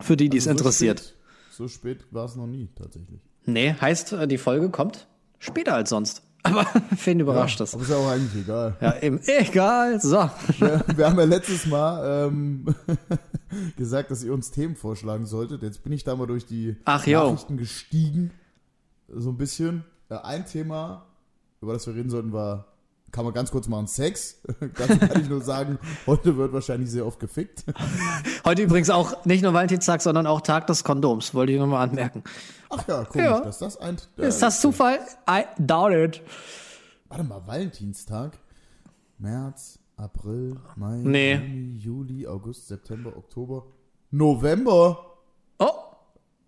[SPEAKER 3] Für die, die es interessiert.
[SPEAKER 2] Spät, so spät war es noch nie, tatsächlich.
[SPEAKER 3] Nee, heißt, äh, die Folge kommt später als sonst. Aber wen überrascht das?
[SPEAKER 2] Aber ist ja auch eigentlich egal.
[SPEAKER 3] Ja, eben. Egal. So.
[SPEAKER 2] Wir, wir haben ja letztes Mal ähm, gesagt, dass ihr uns Themen vorschlagen solltet. Jetzt bin ich da mal durch die
[SPEAKER 3] Ach, jo.
[SPEAKER 2] Nachrichten gestiegen. So ein bisschen. Äh, Ein Thema über das wir reden sollten, war, kann man ganz kurz machen, Sex. Dazu kann ich nur sagen, heute wird wahrscheinlich sehr oft gefickt.
[SPEAKER 3] Heute übrigens auch nicht nur Valentinstag, sondern auch Tag des Kondoms, wollte ich nochmal anmerken.
[SPEAKER 2] Ach ja, komisch,
[SPEAKER 3] Ja.
[SPEAKER 2] dass das ein...
[SPEAKER 3] Ist das Zufall? I doubt it.
[SPEAKER 2] Warte mal, Valentinstag, März, April, Mai,
[SPEAKER 3] Nee.
[SPEAKER 2] Juni, Juli, August, September, Oktober, November.
[SPEAKER 3] Oh,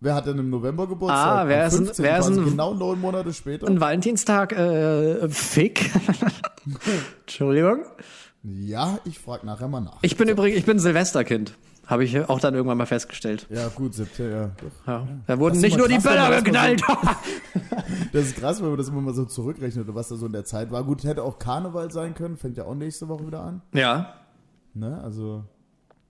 [SPEAKER 2] Wer hat denn im November Geburtstag?
[SPEAKER 3] Ah, wer
[SPEAKER 2] Am
[SPEAKER 3] ist ein-
[SPEAKER 2] 15.
[SPEAKER 3] wer ist
[SPEAKER 2] quasi
[SPEAKER 3] ein-
[SPEAKER 2] genau neun Monate später.
[SPEAKER 3] ein Valentinstag, äh, Fick. Entschuldigung.
[SPEAKER 2] Ja, ich frage nachher mal nach.
[SPEAKER 3] Ich bin übrigens, ich bin Silvesterkind. Habe ich auch dann irgendwann mal festgestellt.
[SPEAKER 2] ja, gut, September. Ja.
[SPEAKER 3] Ja. Da wurden
[SPEAKER 2] ist
[SPEAKER 3] nicht
[SPEAKER 2] immer
[SPEAKER 3] nur die
[SPEAKER 2] krass, wenn man
[SPEAKER 3] Böller
[SPEAKER 2] das mal
[SPEAKER 3] geknallt.
[SPEAKER 2] Das ist krass, wenn man das immer mal so zurückrechnet, was da so in der Zeit war. Gut, hätte auch Karneval sein können, fängt ja auch nächste Woche wieder an.
[SPEAKER 3] ja.
[SPEAKER 2] Ne, also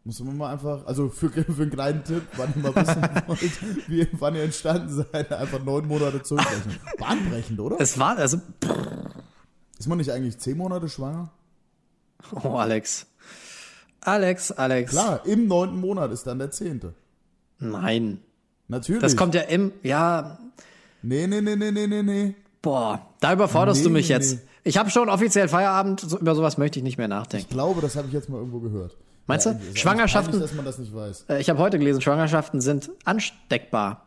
[SPEAKER 2] muss man mal einfach, also für, für einen kleinen Tipp, wann ihr mal wissen wollt, wie, wann ihr entstanden seid, einfach neun Monate zurückrechnen. Bahnbrechend, oder?
[SPEAKER 3] Es war, also,
[SPEAKER 2] Ist man nicht eigentlich zehn Monate schwanger?
[SPEAKER 3] oh, Alex. Alex, Alex.
[SPEAKER 2] Klar, im neunten Monat ist dann der zehnte.
[SPEAKER 3] Nein.
[SPEAKER 2] Natürlich.
[SPEAKER 3] Das kommt ja im, ja,
[SPEAKER 2] Nee, nee, nee, nee, nee, nee, nee.
[SPEAKER 3] boah, da überforderst du
[SPEAKER 2] Nee,
[SPEAKER 3] mich
[SPEAKER 2] nee.
[SPEAKER 3] jetzt. Ich habe schon offiziell Feierabend, so, über sowas möchte ich nicht mehr nachdenken.
[SPEAKER 2] Ich glaube, das habe ich jetzt mal irgendwo gehört.
[SPEAKER 3] Meinst du?
[SPEAKER 2] eigentlich ist es
[SPEAKER 3] Schwangerschaften-
[SPEAKER 2] peinlich, dass man das nicht weiß.
[SPEAKER 3] Äh, Ich habe heute gelesen, Schwangerschaften sind ansteckbar.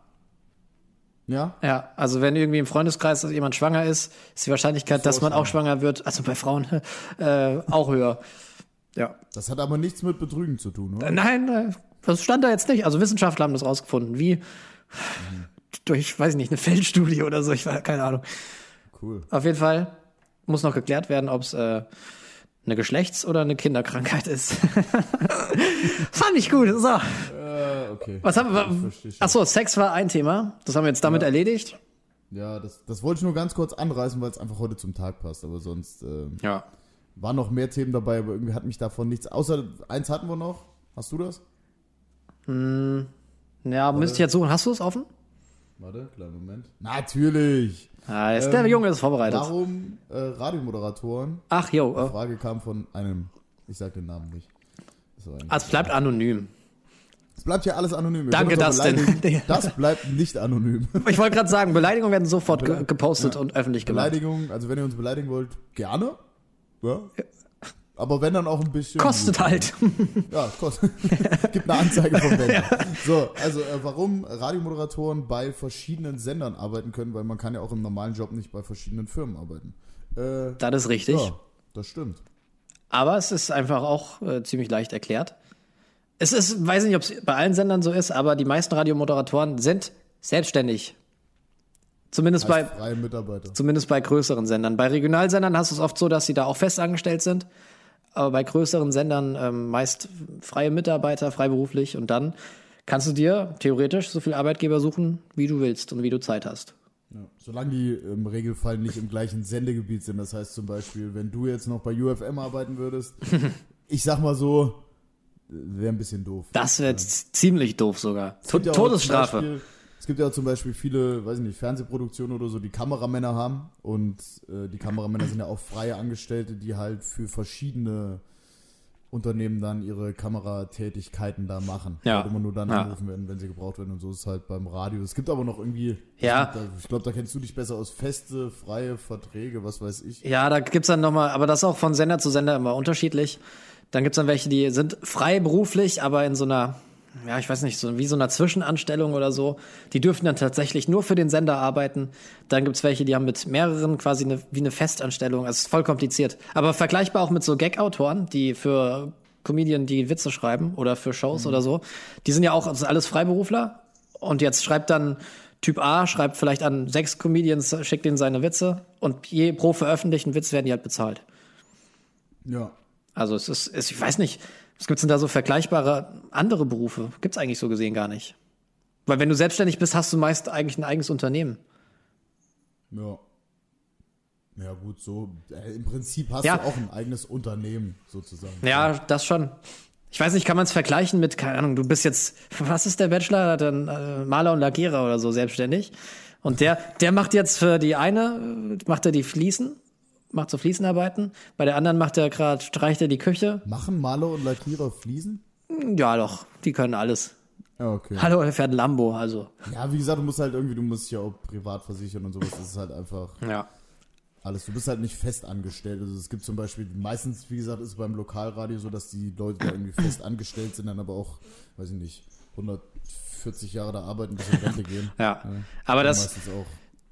[SPEAKER 2] Ja?
[SPEAKER 3] Ja, also wenn irgendwie im Freundeskreis jemand schwanger ist, ist die Wahrscheinlichkeit, dass man auch schwanger wird, also bei Frauen, äh, auch höher. Ja.
[SPEAKER 2] Das hat aber nichts mit Betrügen zu tun, oder?
[SPEAKER 3] Äh, Nein, äh, das stand da jetzt nicht. Also Wissenschaftler haben das rausgefunden. Wie? Durch, weiß ich nicht, eine Feldstudie oder so. Ich war keine Ahnung.
[SPEAKER 2] Cool.
[SPEAKER 3] Auf jeden Fall muss noch geklärt werden, ob es äh, eine Geschlechts- oder eine Kinderkrankheit ist. Fand ich gut. So.
[SPEAKER 2] Äh, okay.
[SPEAKER 3] Was haben
[SPEAKER 2] Ich
[SPEAKER 3] wir?
[SPEAKER 2] verstehe schon.
[SPEAKER 3] Achso, Sex war ein Thema. Das haben wir jetzt damit erledigt.
[SPEAKER 2] Ja, das, das wollte ich nur ganz kurz anreißen, weil es einfach heute zum Tag passt. Aber sonst ähm,
[SPEAKER 3] Ja.
[SPEAKER 2] waren noch mehr Themen dabei, aber irgendwie hat mich davon nichts. Außer eins hatten wir noch. Hast du das?
[SPEAKER 3] Ja, müsste ich jetzt suchen. Hast du es offen?
[SPEAKER 2] Warte, kleinen Moment. Natürlich.
[SPEAKER 3] Nice. Ah, Der Junge ist vorbereitet.
[SPEAKER 2] Ähm, Warum äh, Radiomoderatoren?
[SPEAKER 3] Ach, jo. äh,
[SPEAKER 2] Frage kam von einem. Ich sag den Namen nicht. So ein-
[SPEAKER 3] Also es bleibt anonym.
[SPEAKER 2] Es bleibt ja alles anonym. Wir
[SPEAKER 3] Danke,
[SPEAKER 2] können uns auch
[SPEAKER 3] Dustin.
[SPEAKER 2] beleidigen. Das bleibt nicht anonym.
[SPEAKER 3] Ich wollte gerade sagen, Beleidigungen werden sofort ge gepostet und öffentlich gemacht.
[SPEAKER 2] Beleidigung, also wenn ihr uns beleidigen wollt, gerne. Ja. Aber wenn dann auch ein bisschen.
[SPEAKER 3] Kostet halt.
[SPEAKER 2] Ja, kostet. Gibt eine Anzeige vom Bänder. So, also äh, warum Radiomoderatoren bei verschiedenen Sendern arbeiten können, weil man kann ja auch im normalen Job nicht bei verschiedenen Firmen arbeiten. Äh,
[SPEAKER 3] Das ist richtig.
[SPEAKER 2] ja, das stimmt.
[SPEAKER 3] Aber es ist einfach auch äh, ziemlich leicht erklärt. Es ist, weiß nicht, ob es bei allen Sendern so ist, aber die meisten Radiomoderatoren sind selbstständig. Zumindest bei,
[SPEAKER 2] Als freie Mitarbeiter.
[SPEAKER 3] zumindest bei größeren Sendern. Bei Regionalsendern hast du es oft so, dass sie da auch festangestellt sind. Aber bei größeren Sendern ähm, meist freie Mitarbeiter, freiberuflich. Und dann kannst du dir theoretisch so viel Arbeitgeber suchen, wie du willst und wie du Zeit hast.
[SPEAKER 2] Ja. Solange die im Regelfall nicht im gleichen Sendegebiet sind. Das heißt zum Beispiel, wenn du jetzt noch bei UFM arbeiten würdest, ich sag mal so, wäre ein bisschen doof.
[SPEAKER 3] Das wäre ziemlich doof sogar.
[SPEAKER 2] Es
[SPEAKER 3] To
[SPEAKER 2] gibt ja auch
[SPEAKER 3] Todesstrafe.
[SPEAKER 2] zum Beispiel- Es gibt ja auch zum Beispiel viele, weiß ich nicht, Fernsehproduktionen oder so, die Kameramänner haben. Und äh, die Kameramänner sind ja auch freie Angestellte, die halt für verschiedene Unternehmen dann ihre Kameratätigkeiten da machen.
[SPEAKER 3] Ja.
[SPEAKER 2] Halt immer nur dann
[SPEAKER 3] Ja.
[SPEAKER 2] angerufen werden, wenn sie gebraucht werden. Und so ist es halt beim Radio. Es gibt aber noch irgendwie,
[SPEAKER 3] Ja.
[SPEAKER 2] ich glaube, da, ich glaub, da kennst du dich besser aus, feste, freie Verträge, was weiß ich.
[SPEAKER 3] Ja, da gibt's dann nochmal, aber das ist auch von Sender zu Sender immer unterschiedlich. Dann gibt's dann welche, die sind freiberuflich, aber in so einer, ja, ich weiß nicht, so wie so einer Zwischenanstellung oder so. Die dürfen dann tatsächlich nur für den Sender arbeiten. Dann gibt's welche, die haben mit mehreren quasi eine, wie eine Festanstellung. Es ist voll kompliziert. Aber vergleichbar auch mit so Gag-Autoren, die für Comedien, die Witze schreiben oder für Shows oder so. Die sind ja auch das sind alles Freiberufler. Und jetzt schreibt dann Typ A, schreibt vielleicht an sechs Comedians, schickt denen seine Witze. Und je pro veröffentlichten Witz werden die halt bezahlt.
[SPEAKER 2] Ja.
[SPEAKER 3] Also es ist, es, ich weiß nicht, was gibt's denn da so vergleichbare andere Berufe? Gibt's eigentlich so gesehen gar nicht. Weil wenn du selbstständig bist, hast du meist eigentlich ein eigenes Unternehmen.
[SPEAKER 2] Ja. Ja gut, so äh, im Prinzip hast
[SPEAKER 3] Ja.
[SPEAKER 2] du auch ein eigenes Unternehmen sozusagen.
[SPEAKER 3] Ja, das schon. Ich weiß nicht, kann man es vergleichen mit, keine Ahnung, du bist jetzt, was ist der Bachelor? Dann äh, Maler und Lackierer oder so selbstständig. Und der, der macht jetzt für die eine, äh, macht er die Fliesen, macht so Fliesenarbeiten. Bei der anderen macht er gerade, streicht er die Küche.
[SPEAKER 2] Machen Maler und Lackierer Fliesen?
[SPEAKER 3] Ja, doch, die können alles.
[SPEAKER 2] Ja, okay.
[SPEAKER 3] Hallo, er fährt ein Lambo, also.
[SPEAKER 2] Ja, wie gesagt, du musst halt irgendwie, du musst dich ja auch privat versichern und sowas. Das ist halt einfach
[SPEAKER 3] Ja.
[SPEAKER 2] alles. Du bist halt nicht fest angestellt. Also es gibt zum Beispiel, meistens, wie gesagt, ist es beim Lokalradio so, dass die Leute da irgendwie fest angestellt sind, dann aber auch, weiß ich nicht, 140 Jahre da arbeiten, bis in Rente gehen.
[SPEAKER 3] Ja. Aber
[SPEAKER 2] Die
[SPEAKER 3] das,
[SPEAKER 2] meistens auch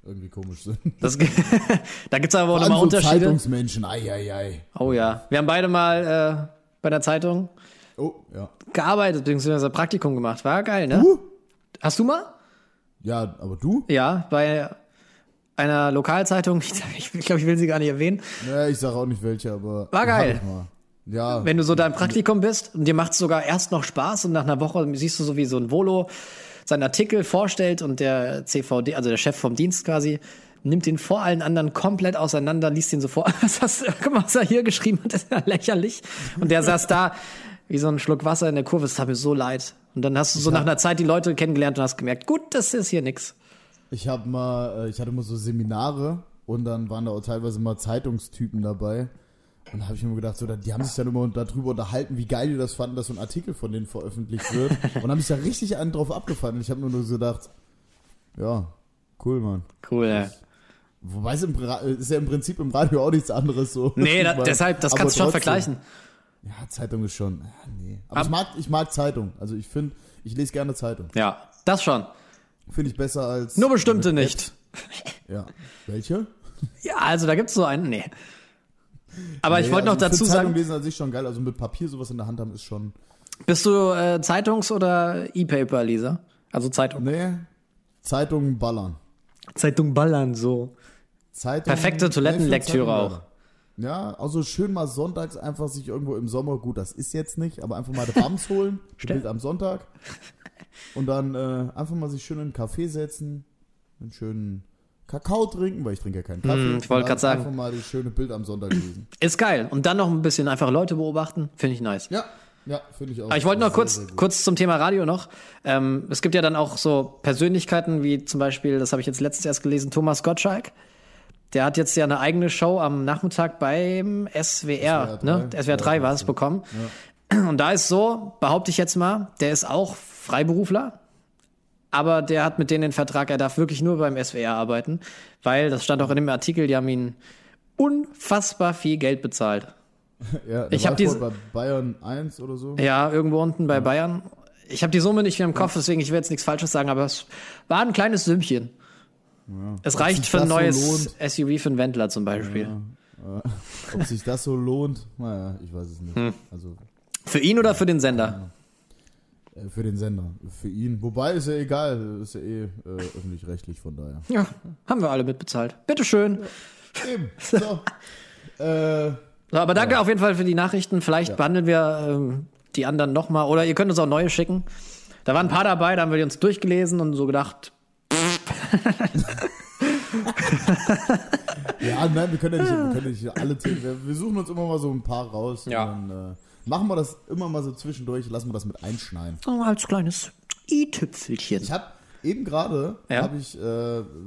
[SPEAKER 2] irgendwie komisch sind.
[SPEAKER 3] das da gibt's aber auch
[SPEAKER 2] Vor allem
[SPEAKER 3] nochmal
[SPEAKER 2] so
[SPEAKER 3] Unterschiede.
[SPEAKER 2] Zeitungsmenschen, ei, ei, ei.
[SPEAKER 3] Oh ja. Wir haben beide mal äh, bei der Zeitung
[SPEAKER 2] Oh, ja.
[SPEAKER 3] gearbeitet, beziehungsweise Praktikum gemacht. War geil, ne?
[SPEAKER 2] Du?
[SPEAKER 3] Hast du mal?
[SPEAKER 2] Ja, aber du?
[SPEAKER 3] Ja, bei einer Lokalzeitung. Ich, ich glaube, ich will sie gar nicht erwähnen.
[SPEAKER 2] Naja, ich sage auch nicht welche, aber.
[SPEAKER 3] War geil.
[SPEAKER 2] Hab ich mal. Ja.
[SPEAKER 3] Wenn du so dein Praktikum bist und dir macht es sogar erst noch Spaß und nach einer Woche siehst du so, wie so ein Volo seinen Artikel vorstellt und der CVD, also der Chef vom Dienst quasi, nimmt den vor allen anderen komplett auseinander, liest ihn so vor. Was, hast, du- guck mal, was er hier geschrieben hat, ist ja lächerlich. Und der saß da wie so ein Schluck Wasser in der Kurve, es tat mir so leid. Und dann hast du so nach einer Zeit die Leute kennengelernt und hast gemerkt, gut, das ist hier nix.
[SPEAKER 2] Ich habe mal, äh, ich hatte mal so Seminare und dann waren da auch teilweise mal Zeitungstypen dabei. Und da habe ich mir gedacht, so, da- die haben sich dann immer darüber unterhalten, wie geil die das fanden, dass so ein Artikel von denen veröffentlicht wird. und haben sich da richtig einen drauf abgefahren. Und ich habe mir nur so gedacht, ja, cool, Mann.
[SPEAKER 3] Cool, ey.
[SPEAKER 2] Wobei es im, Ra- äh, ist ja im Prinzip im Radio auch nichts anderes so.
[SPEAKER 3] Nee, da,
[SPEAKER 2] Ich mein,
[SPEAKER 3] deshalb, das
[SPEAKER 2] aber
[SPEAKER 3] kannst du schon
[SPEAKER 2] trotzdem.
[SPEAKER 3] vergleichen.
[SPEAKER 2] Ja, Zeitung ist schon. Ja, nee. Aber ich mag, ich mag Zeitung. Also ich finde, ich lese gerne Zeitung.
[SPEAKER 3] Ja, das schon.
[SPEAKER 2] Finde ich besser als.
[SPEAKER 3] Nur bestimmte nicht.
[SPEAKER 2] Ja. Welche?
[SPEAKER 3] Ja, also da gibt's so einen, nee. Aber ich
[SPEAKER 2] Nee,
[SPEAKER 3] wollte
[SPEAKER 2] also
[SPEAKER 3] noch dazu
[SPEAKER 2] find Zeitung
[SPEAKER 3] sagen,
[SPEAKER 2] lesen an sich schon geil. Also mit Papier sowas in der Hand haben ist schon.
[SPEAKER 3] bist du äh, Zeitungs- oder E-Paper-Leser? Also Zeitung.
[SPEAKER 2] Nee. Zeitungen ballern.
[SPEAKER 3] Zeitung ballern, so.
[SPEAKER 2] Zeitung,
[SPEAKER 3] Perfekte
[SPEAKER 2] Nee, ich
[SPEAKER 3] Toilettenlektüre
[SPEAKER 2] find Zeitung
[SPEAKER 3] auch.
[SPEAKER 2] ballern. Ja, also schön mal sonntags einfach sich irgendwo im Sommer, gut, das ist jetzt nicht, aber einfach mal die Bams holen,
[SPEAKER 3] Stell-
[SPEAKER 2] Bild am Sonntag. Und dann äh, einfach mal sich schön in einen Kaffee setzen, einen schönen Kakao trinken, weil ich trinke ja keinen Kaffee.
[SPEAKER 3] Hm, ich wollte
[SPEAKER 2] Und
[SPEAKER 3] grad
[SPEAKER 2] dann
[SPEAKER 3] sagen.
[SPEAKER 2] Einfach mal das schöne Bild am Sonntag lesen.
[SPEAKER 3] Ist geil. Und dann noch ein bisschen einfach Leute beobachten, finde ich nice.
[SPEAKER 2] Ja, ja, finde ich auch.
[SPEAKER 3] Aber Ah, ich wollte noch
[SPEAKER 2] Sehr,
[SPEAKER 3] kurz,
[SPEAKER 2] sehr gut.
[SPEAKER 3] kurz zum Thema Radio noch. Ähm, es gibt ja dann auch so Persönlichkeiten wie zum Beispiel, das habe ich jetzt letztens erst gelesen, Thomas Gottschalk. Der hat jetzt ja eine eigene Show am Nachmittag beim SWR,
[SPEAKER 2] SWR3,
[SPEAKER 3] ne? SWR 3 war es bekommen. Und da ist so, behaupte ich jetzt mal, der ist auch Freiberufler, aber der hat mit denen den Vertrag, er darf wirklich nur beim SWR arbeiten, weil das stand auch in dem Artikel, die haben ihn unfassbar viel Geld bezahlt.
[SPEAKER 2] Ja,
[SPEAKER 3] ich
[SPEAKER 2] ich
[SPEAKER 3] hab
[SPEAKER 2] habe
[SPEAKER 3] diese-
[SPEAKER 2] diese bei Bayern 1 oder so.
[SPEAKER 3] Ja, irgendwo unten bei Bayern. Ich habe die Summe nicht mehr im Kopf, deswegen ich will jetzt nichts Falsches sagen, aber es war ein kleines Sümmchen. Es reicht
[SPEAKER 2] sich
[SPEAKER 3] für ein
[SPEAKER 2] das so
[SPEAKER 3] neues SUV für einen Wendler zum Beispiel.
[SPEAKER 2] Ob sich das so lohnt, naja, ich weiß es nicht. Also
[SPEAKER 3] Für ihn oder für den Sender?
[SPEAKER 2] äh, für den Sender, für ihn. Wobei ist ja egal, ist ja eh äh, öffentlich-rechtlich von daher.
[SPEAKER 3] Ja, haben wir alle mitbezahlt. Bitteschön.
[SPEAKER 2] Eben. So. äh,
[SPEAKER 3] So, aber danke auf jeden Fall für die Nachrichten. Vielleicht behandeln wir ähm, die anderen nochmal. Oder ihr könnt uns auch neue schicken. Da waren ein paar dabei, da haben wir die uns durchgelesen und so gedacht,
[SPEAKER 2] ja, nein, wir können ja nicht, wir können ja nicht alle Themen. Wir, wir suchen uns immer mal so ein paar raus.
[SPEAKER 3] Ja.
[SPEAKER 2] Und dann, äh, machen wir das immer mal so zwischendurch, lassen wir das mit einschneiden.
[SPEAKER 3] oh, als kleines i-Tüpfelchen.
[SPEAKER 2] Ich habe eben gerade
[SPEAKER 3] Ja.
[SPEAKER 2] habe ich äh,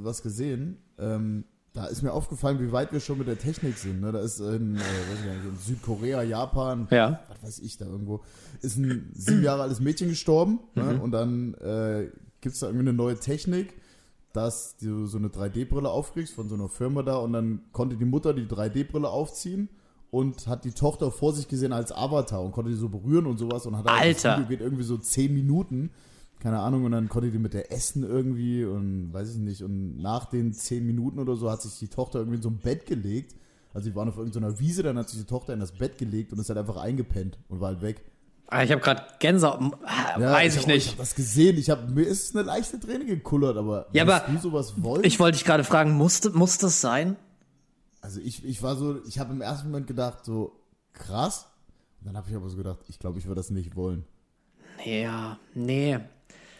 [SPEAKER 2] was gesehen. Ähm, da ist mir aufgefallen, wie weit wir schon mit der Technik sind. Ne? Da ist in, äh, weiß ich gar nicht, in Südkorea, Japan,
[SPEAKER 3] Ja.
[SPEAKER 2] was weiß ich da irgendwo, ist ein sieben Jahre altes Mädchen gestorben.
[SPEAKER 3] Mhm.
[SPEAKER 2] Ne? Und dann äh, gibt es da irgendwie eine neue Technik, dass du so eine 3D-Brille aufkriegst von so einer Firma da. Und dann konnte die Mutter die 3D-Brille aufziehen. Und hat die Tochter vor sich gesehen als Avatar und konnte die so berühren und sowas und hat halt
[SPEAKER 3] Alter.
[SPEAKER 2] das Video geht irgendwie so zehn Minuten keine Ahnung, und dann konnte die mit der essen irgendwie und weiß ich nicht. Und nach den zehn Minuten oder so hat sich die Tochter irgendwie in so ein Bett gelegt. Also die waren auf irgendeiner Wiese, dann hat sich die Tochter in das Bett gelegt und ist halt einfach eingepennt und war halt weg.
[SPEAKER 3] Ah, Ich habe gerade Gänsehaut. Ah, Weiß ich
[SPEAKER 2] hab, Ich
[SPEAKER 3] nicht.
[SPEAKER 2] hab das gesehen, ich hab, mir ist eine leichte Träne gekullert, aber
[SPEAKER 3] Ja,
[SPEAKER 2] wenn
[SPEAKER 3] aber
[SPEAKER 2] du sowas wolltest,
[SPEAKER 3] Ich wollte dich gerade fragen, muss, muss das sein?
[SPEAKER 2] also ich, ich war so, ich habe im ersten Moment gedacht, so krass. Und dann habe ich aber so gedacht, ich glaube, ich würde das nicht wollen.
[SPEAKER 3] Ja, nee.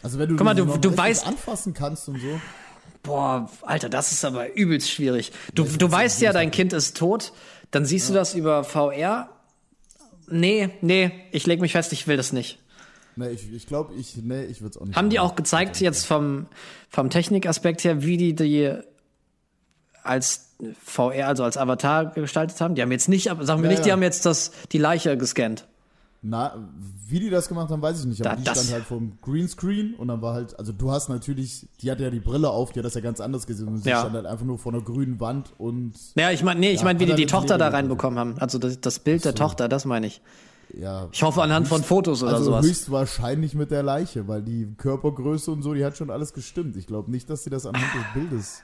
[SPEAKER 2] Also wenn du,
[SPEAKER 3] Guck mal,
[SPEAKER 2] diese
[SPEAKER 3] du-
[SPEAKER 2] noch
[SPEAKER 3] du
[SPEAKER 2] richtig
[SPEAKER 3] weißt-
[SPEAKER 2] anfassen kannst und so.
[SPEAKER 3] Boah, Alter, das ist aber übelst schwierig. Du, du weißt ja, dein Kind ist tot, dann siehst du das über VR. Nee, nee, ich leg mich fest, ich will das nicht.
[SPEAKER 2] Nee, ne, ich, ich glaube, ich, nee, ich würde es auch nicht
[SPEAKER 3] Haben die
[SPEAKER 2] machen.
[SPEAKER 3] auch gezeigt, jetzt vom, vom Technikaspekt her, wie die die als VR, also als Avatar gestaltet haben? Die haben jetzt nicht, ab- sagen wir
[SPEAKER 2] Ja,
[SPEAKER 3] nicht, die
[SPEAKER 2] ja.
[SPEAKER 3] haben jetzt das, die Leiche gescannt.
[SPEAKER 2] Na, wie die das gemacht haben, weiß ich nicht. Aber
[SPEAKER 3] Da-
[SPEAKER 2] die
[SPEAKER 3] das-
[SPEAKER 2] stand halt vorm Greenscreen und dann war halt, also du hast natürlich, die hatte ja die Brille auf, die hat das ja ganz anders gesehen. Und sie
[SPEAKER 3] Ja.
[SPEAKER 2] stand halt einfach nur vor einer grünen Wand und
[SPEAKER 3] Ja, ich meine, nee, ich
[SPEAKER 2] Ja,
[SPEAKER 3] meine, wie
[SPEAKER 2] hat
[SPEAKER 3] die
[SPEAKER 2] er
[SPEAKER 3] die
[SPEAKER 2] mit
[SPEAKER 3] Tochter da
[SPEAKER 2] Lego
[SPEAKER 3] reinbekommen haben. Also das, das Bild der Tochter, das meine ich.
[SPEAKER 2] ja.
[SPEAKER 3] Ich hoffe anhand von Fotos oder
[SPEAKER 2] also
[SPEAKER 3] sowas.
[SPEAKER 2] höchstwahrscheinlich mit der Leiche, weil die Körpergröße und so, die hat schon alles gestimmt. Ich glaube nicht, dass sie das anhand des Bildes.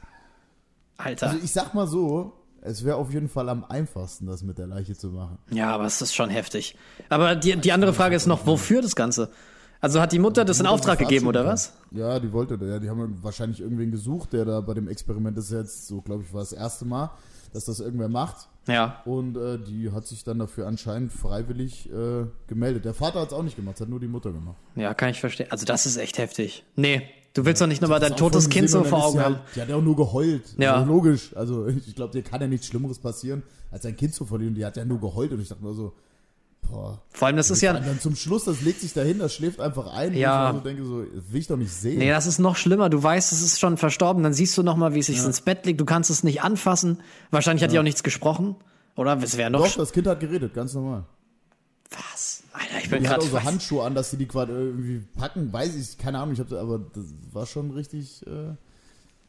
[SPEAKER 3] Alter.
[SPEAKER 2] Also ich sag mal so, es wäre auf jeden Fall am einfachsten, das mit der Leiche zu machen.
[SPEAKER 3] ja, aber es ist schon heftig. Aber die, die andere Frage ist noch, wofür das Ganze? Also hat die Mutter das in Auftrag gegeben oder was?
[SPEAKER 2] Ja, die wollte, ja, die haben wahrscheinlich irgendwen gesucht, der da bei dem Experiment das ist jetzt, so glaube ich, war das erste Mal, dass das irgendwer macht.
[SPEAKER 3] Ja.
[SPEAKER 2] Und äh, die hat sich dann dafür anscheinend freiwillig äh, gemeldet. Der Vater hat es auch nicht gemacht, hat nur die Mutter gemacht.
[SPEAKER 3] Ja, kann ich verstehen. Also das ist echt heftig. Nee, du willst doch nicht nochmal dein
[SPEAKER 2] Auch
[SPEAKER 3] totes
[SPEAKER 2] voll
[SPEAKER 3] Kind
[SPEAKER 2] gesehen und
[SPEAKER 3] so
[SPEAKER 2] dann
[SPEAKER 3] vor
[SPEAKER 2] ist
[SPEAKER 3] Augen
[SPEAKER 2] sie
[SPEAKER 3] haben.
[SPEAKER 2] Halt, die hat ja auch nur geheult.
[SPEAKER 3] Ja.
[SPEAKER 2] Also logisch. Also ich glaube, dir kann ja nichts Schlimmeres passieren, als ein Kind zu verlieren. Die hat ja nur geheult und ich dachte mir so, boah.
[SPEAKER 3] Vor allem, das ist
[SPEAKER 2] Und
[SPEAKER 3] ja.
[SPEAKER 2] dann zum Schluss, das legt sich dahin, das schläft einfach ein.
[SPEAKER 3] Ja.
[SPEAKER 2] Und ich mir so denke so, das will ich doch nicht sehen.
[SPEAKER 3] Nee, das ist noch schlimmer. Du weißt, es ist schon verstorben. Dann siehst du nochmal, wie es sich ins Bett legt. Du kannst es nicht anfassen. Wahrscheinlich hat die auch nichts gesprochen. Oder? Es wäre noch.
[SPEAKER 2] Doch, das Kind hat geredet, ganz normal.
[SPEAKER 3] was? Alter, ich bin
[SPEAKER 2] Die hat auch
[SPEAKER 3] gerade.
[SPEAKER 2] so Handschuhe an, dass sie die quasi irgendwie packen, weiß ich, keine Ahnung, ich hab, aber das war schon richtig, äh,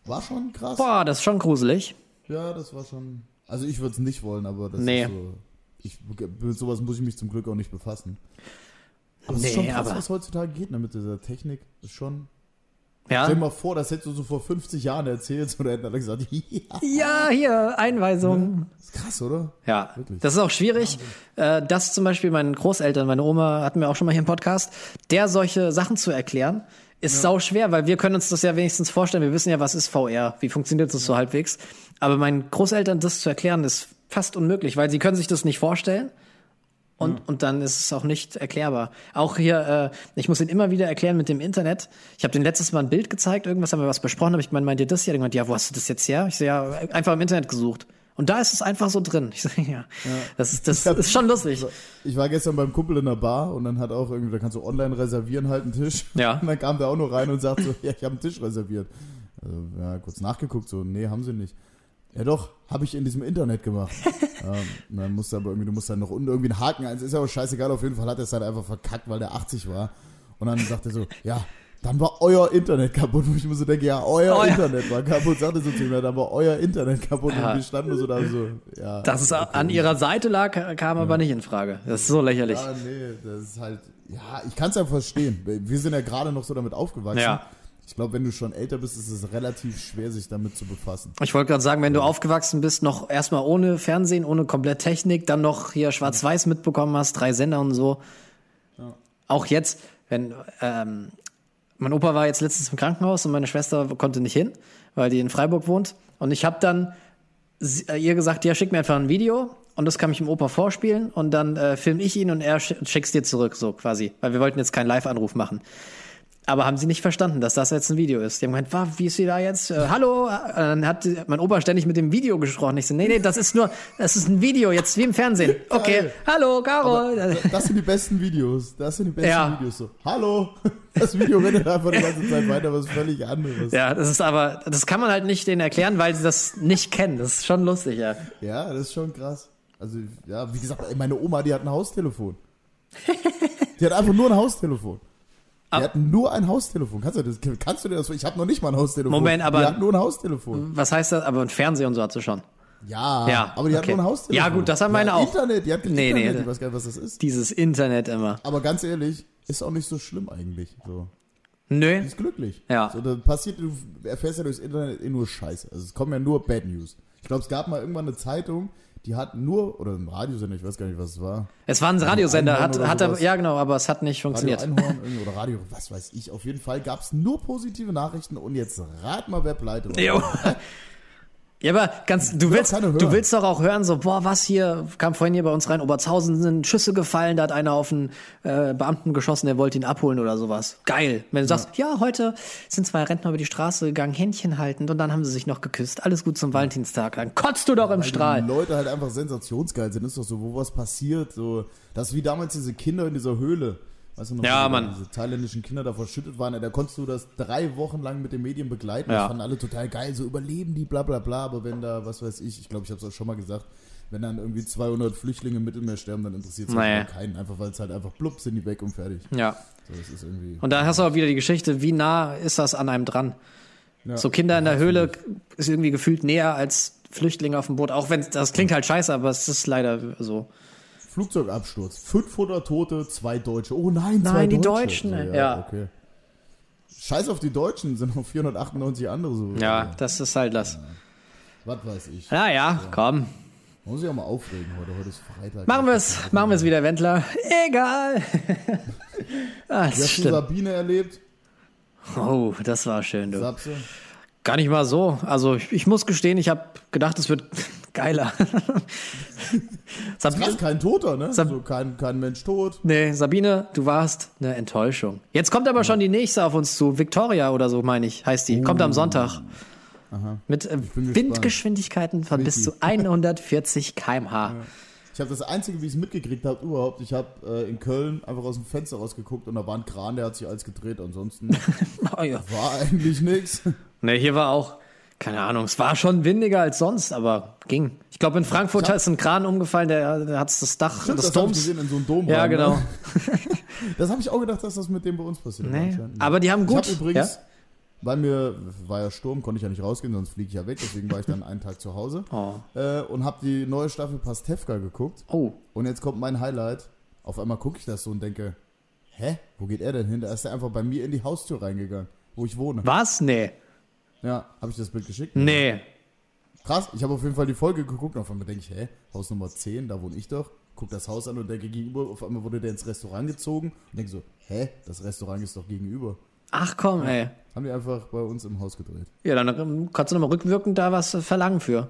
[SPEAKER 2] war schon krass.
[SPEAKER 3] Boah, das ist schon gruselig.
[SPEAKER 2] Ja, das war schon, also ich würde es nicht wollen, aber das
[SPEAKER 3] Nee.
[SPEAKER 2] ist so, ich, mit sowas muss ich mich zum Glück auch nicht befassen. Aber es
[SPEAKER 3] Nee,
[SPEAKER 2] ist schon krass,
[SPEAKER 3] aber-
[SPEAKER 2] was heutzutage geht ne, mit dieser Technik, das ist schon,
[SPEAKER 3] Ja.
[SPEAKER 2] stell dir mal vor, das hättest du so vor 50 Jahren erzählt oder hätten alle gesagt, ja,
[SPEAKER 3] Ja, hier, Einweisung.
[SPEAKER 2] ist krass, oder?
[SPEAKER 3] Ja,
[SPEAKER 2] Wirklich.
[SPEAKER 3] das ist auch schwierig. Äh, Das zum Beispiel meinen Großeltern, meine Oma hatten wir auch schon mal hier im Podcast, der solche Sachen zu erklären, ist sau schwer, weil wir können uns das ja wenigstens vorstellen. Wir wissen ja, was ist VR, wie funktioniert das so halbwegs. Aber meinen Großeltern das zu erklären, ist fast unmöglich, weil sie können sich das nicht vorstellen. Und, und dann ist es auch nicht erklärbar. Auch hier, äh, ich muss ihn immer wieder erklären mit dem Internet. Ich habe den letztes Mal ein Bild gezeigt, irgendwas haben wir was besprochen, aber ich meine, meint ihr das hier? Irgendwann, ja, wo hast du das jetzt her? Ich so, ja, einfach im Internet gesucht. Und da ist es einfach so drin. Ich so, ja, das ist, das ist schon lustig.
[SPEAKER 2] Ich war gestern beim Kumpel in der Bar und dann hat auch irgendwie, da kannst du online reservieren halt einen Tisch.
[SPEAKER 3] Ja.
[SPEAKER 2] Und dann kam der auch noch rein und sagt so, ja, ich habe einen Tisch reserviert. Also, ja, kurz nachgeguckt, so, nee, haben sie nicht. Ja doch, habe ich in diesem Internet gemacht. ähm, und dann musst du aber irgendwie, du musst dann noch unten irgendwie einen Haken ein. Ist ja auch scheißegal, auf jeden Fall hat er es halt einfach verkackt, weil der 80 war. Und dann sagt er so, ja, dann war euer Internet kaputt. Wo ich mir so denke, ja, euer,
[SPEAKER 3] Euer-
[SPEAKER 2] Internet war kaputt. Sagt er so zu mir, dann war euer Internet kaputt.
[SPEAKER 3] Ja.
[SPEAKER 2] Und wir standen nur so da so, ja.
[SPEAKER 3] Dass es an ihrer Seite lag, kam aber nicht in Frage. Das ist so lächerlich.
[SPEAKER 2] Ja, nee, das ist halt. Ja, ich kann es ja verstehen. Wir sind ja gerade noch so damit aufgewachsen.
[SPEAKER 3] Ja.
[SPEAKER 2] Ich glaube, wenn du schon älter bist, ist es relativ schwer, sich damit zu befassen.
[SPEAKER 3] Ich wollte gerade sagen, wenn du aufgewachsen bist, noch erstmal ohne Fernsehen, ohne komplett Technik, dann noch hier schwarz-weiß mitbekommen hast, drei Sender und so. Auch jetzt, wenn ähm, mein Opa war jetzt letztens im Krankenhaus und meine Schwester konnte nicht hin, weil die in Freiburg wohnt. Und ich habe dann sie- äh, ihr gesagt, ja, schick mir einfach ein Video und das kann ich dem Opa vorspielen und dann äh, film ich ihn und er sch schickst dir zurück, so quasi. Weil wir wollten jetzt keinen Live-Anruf machen. Aber haben sie nicht verstanden, dass das jetzt ein Video ist. Die haben gemeint, "Wa, wie ist sie da jetzt? Äh, hallo? Äh, Dann hat die- mein Opa ständig mit dem Video gesprochen. Ich so, nee, nee, das ist nur, das ist ein Video, jetzt wie im Fernsehen. Okay,
[SPEAKER 2] Geil.
[SPEAKER 3] hallo,
[SPEAKER 2] Aber
[SPEAKER 3] Caro.
[SPEAKER 2] da- das sind die besten Videos. Das sind die besten
[SPEAKER 3] Ja.
[SPEAKER 2] Videos. So, hallo! Das Video rennt einfach die ganze Zeit weiter, was völlig anderes. Ja,
[SPEAKER 3] Ja, das ist aber, das kann man halt nicht denen erklären, weil sie das nicht kennen. Das ist schon lustig, ja.
[SPEAKER 2] das ist schon krass. Also, ja, wie gesagt, ey, meine Oma, die hat ein Haustelefon. Die hat einfach nur ein Haustelefon. Die
[SPEAKER 3] Ab-
[SPEAKER 2] hat nur ein Haustelefon. Kannst du, das, kannst du dir das Ich habe noch nicht mal ein Haustelefon.
[SPEAKER 3] Moment, aber-
[SPEAKER 2] Die hat nur ein Haustelefon.
[SPEAKER 3] Was heißt das? Aber ein Fernseher und so hat sie schon.
[SPEAKER 2] Ja,
[SPEAKER 3] Ja,
[SPEAKER 2] aber die
[SPEAKER 3] okay.
[SPEAKER 2] hat nur ein Haustelefon.
[SPEAKER 3] Ja, gut, das haben meine auch.
[SPEAKER 2] Internet, die hat kein
[SPEAKER 3] Nee, nee,
[SPEAKER 2] Internet, ich
[SPEAKER 3] das-
[SPEAKER 2] weiß gar nicht, was das ist.
[SPEAKER 3] Dieses Internet immer.
[SPEAKER 2] Aber ganz ehrlich, ist auch nicht so schlimm eigentlich. So.
[SPEAKER 3] Nö.
[SPEAKER 2] Die ist glücklich.
[SPEAKER 3] Ja.
[SPEAKER 2] So, dann passiert, du erfährst ja durchs Internet eh nur Scheiße. Also es kommen ja nur Bad News. Ich glaube, es gab mal irgendwann eine Zeitung, die hat nur, oder ein Radiosender, ich weiß gar nicht, was es war.
[SPEAKER 3] Es war ein Radiosender, hat,
[SPEAKER 2] Einhorn oder
[SPEAKER 3] hat er,
[SPEAKER 2] sowas.
[SPEAKER 3] ja genau, aber es hat nicht
[SPEAKER 2] Radio
[SPEAKER 3] funktioniert.
[SPEAKER 2] Einhorn irgendwie, oder Radio, was weiß ich. Auf jeden Fall gab es nur positive Nachrichten und jetzt rat mal, wer pleite war.
[SPEAKER 3] Jo. Ja, aber ganz, du willst,
[SPEAKER 2] keiner hören.
[SPEAKER 3] du willst doch auch hören, so, boah, was hier, kam vorhin hier bei uns rein, Oberzhausen sind Schüsse gefallen, da hat einer auf einen äh, Beamten geschossen, der wollte ihn abholen oder sowas. Geil. Wenn du sagst, ja, heute sind zwei Rentner über die Straße gegangen, Händchen haltend und dann haben sie sich noch geküsst. Alles gut zum Valentinstag. Dann kotzt du doch im
[SPEAKER 2] Weil
[SPEAKER 3] Strahl.
[SPEAKER 2] die Leute halt einfach sensationsgeil sind. Ist doch so, wo was passiert. So, das ist wie damals diese Kinder in dieser Höhle. Weißt du noch,
[SPEAKER 3] Ja,
[SPEAKER 2] wo
[SPEAKER 3] Mann.
[SPEAKER 2] diese thailändischen Kinder da verschüttet waren. Da konntest du das drei Wochen lang mit den Medien begleiten.
[SPEAKER 3] Ja.
[SPEAKER 2] Das fanden alle total geil. So überleben die, bla bla bla. Aber wenn da, was weiß ich, ich glaube, ich habe es auch schon mal gesagt, Wenn dann irgendwie 200 Flüchtlinge im Mittelmeer sterben, dann interessiert es
[SPEAKER 3] Nee.
[SPEAKER 2] keinen. Einfach weil es halt einfach blub, sind die weg und fertig.
[SPEAKER 3] Ja.
[SPEAKER 2] So, das ist irgendwie.
[SPEAKER 3] Und da hast du auch wieder die Geschichte, wie nah ist das an einem dran?
[SPEAKER 2] ja.
[SPEAKER 3] So Kinder in der Höhle ist irgendwie gefühlt näher als Flüchtlinge auf dem Boot. Auch wenn das klingt halt scheiße, aber es ist leider so.
[SPEAKER 2] Flugzeugabsturz. 500 Tote, zwei Deutsche. Oh nein, zwei
[SPEAKER 3] Nein, die
[SPEAKER 2] Deutsche.
[SPEAKER 3] Deutschen,
[SPEAKER 2] So,
[SPEAKER 3] ja.
[SPEAKER 2] Okay. Scheiß auf die Deutschen, sind noch 498 andere so.
[SPEAKER 3] Ja, das ist halt das.
[SPEAKER 2] Was weiß ich.
[SPEAKER 3] Naja, komm.
[SPEAKER 2] Muss ich auch mal aufregen heute. Heute ist Freitag.
[SPEAKER 3] Machen wir es, machen wir es wieder, Wendler. Egal. ah,
[SPEAKER 2] Du
[SPEAKER 3] das
[SPEAKER 2] hast schon
[SPEAKER 3] stimmt.
[SPEAKER 2] Sabine erlebt.
[SPEAKER 3] Oh, das war schön, du.
[SPEAKER 2] Sapse.
[SPEAKER 3] Gar nicht mal so. Also ich, ich muss gestehen, ich habe gedacht, es wird geiler. Sabine,
[SPEAKER 2] Krass, kein Toter, ne?
[SPEAKER 3] Sab-
[SPEAKER 2] so kein, kein Mensch tot.
[SPEAKER 3] nee, Sabine, du warst eine Enttäuschung. Jetzt kommt aber schon die nächste auf uns zu. Victoria oder so, meine ich, heißt die. Kommt am Sonntag. Mit äh,
[SPEAKER 2] Uh. bin gespannt.
[SPEAKER 3] Windgeschwindigkeiten von bis zu
[SPEAKER 2] Mickey.
[SPEAKER 3] 140 km/h.
[SPEAKER 2] Ich habe das Einzige, wie ich es mitgekriegt habe überhaupt, ich habe äh, in Köln einfach aus dem Fenster rausgeguckt und da war ein Kran, der hat sich alles gedreht. Ansonsten
[SPEAKER 3] Oh, ja.
[SPEAKER 2] war eigentlich nichts.
[SPEAKER 3] Ne, hier war auch, keine Ahnung, es war schon windiger als sonst, aber ging. Ich glaube, in Frankfurt ist ein Kran umgefallen, der, der hat das Dach des
[SPEAKER 2] Das habe ich
[SPEAKER 3] Doms.
[SPEAKER 2] gesehen in so einem Dom.
[SPEAKER 3] Ja,
[SPEAKER 2] rein, ne?
[SPEAKER 3] genau.
[SPEAKER 2] Das habe ich auch gedacht, dass das mit dem bei uns passiert.
[SPEAKER 3] Nee.
[SPEAKER 2] anscheinend.
[SPEAKER 3] Aber die haben gut.
[SPEAKER 2] Ich habe übrigens,
[SPEAKER 3] ja?
[SPEAKER 2] weil mir war ja Sturm, konnte ich ja nicht rausgehen, sonst fliege ich ja weg. Deswegen war ich dann einen Tag zu Hause
[SPEAKER 3] Oh.
[SPEAKER 2] äh, und habe die neue Staffel Pastewka geguckt.
[SPEAKER 3] oh,
[SPEAKER 2] Und jetzt kommt mein Highlight. Auf einmal gucke ich das so und denke, hä, wo geht er denn hin? Da ist er einfach bei mir in die Haustür reingegangen, wo ich wohne.
[SPEAKER 3] was? Nee.
[SPEAKER 2] Ja, habe ich das Bild geschickt?
[SPEAKER 3] Nee.
[SPEAKER 2] Krass, ich habe auf jeden Fall die Folge geguckt und auf einmal denke ich, hä, Haus Nummer 10, da wohne ich doch. Guck das Haus an und denke gegenüber, auf einmal wurde der ins Restaurant gezogen und denke so, hä, das Restaurant ist doch gegenüber.
[SPEAKER 3] Ach komm, ey.
[SPEAKER 2] Haben die einfach bei uns im Haus gedreht.
[SPEAKER 3] Ja, dann ähm, kannst du nochmal rückwirkend da was äh, verlangen für.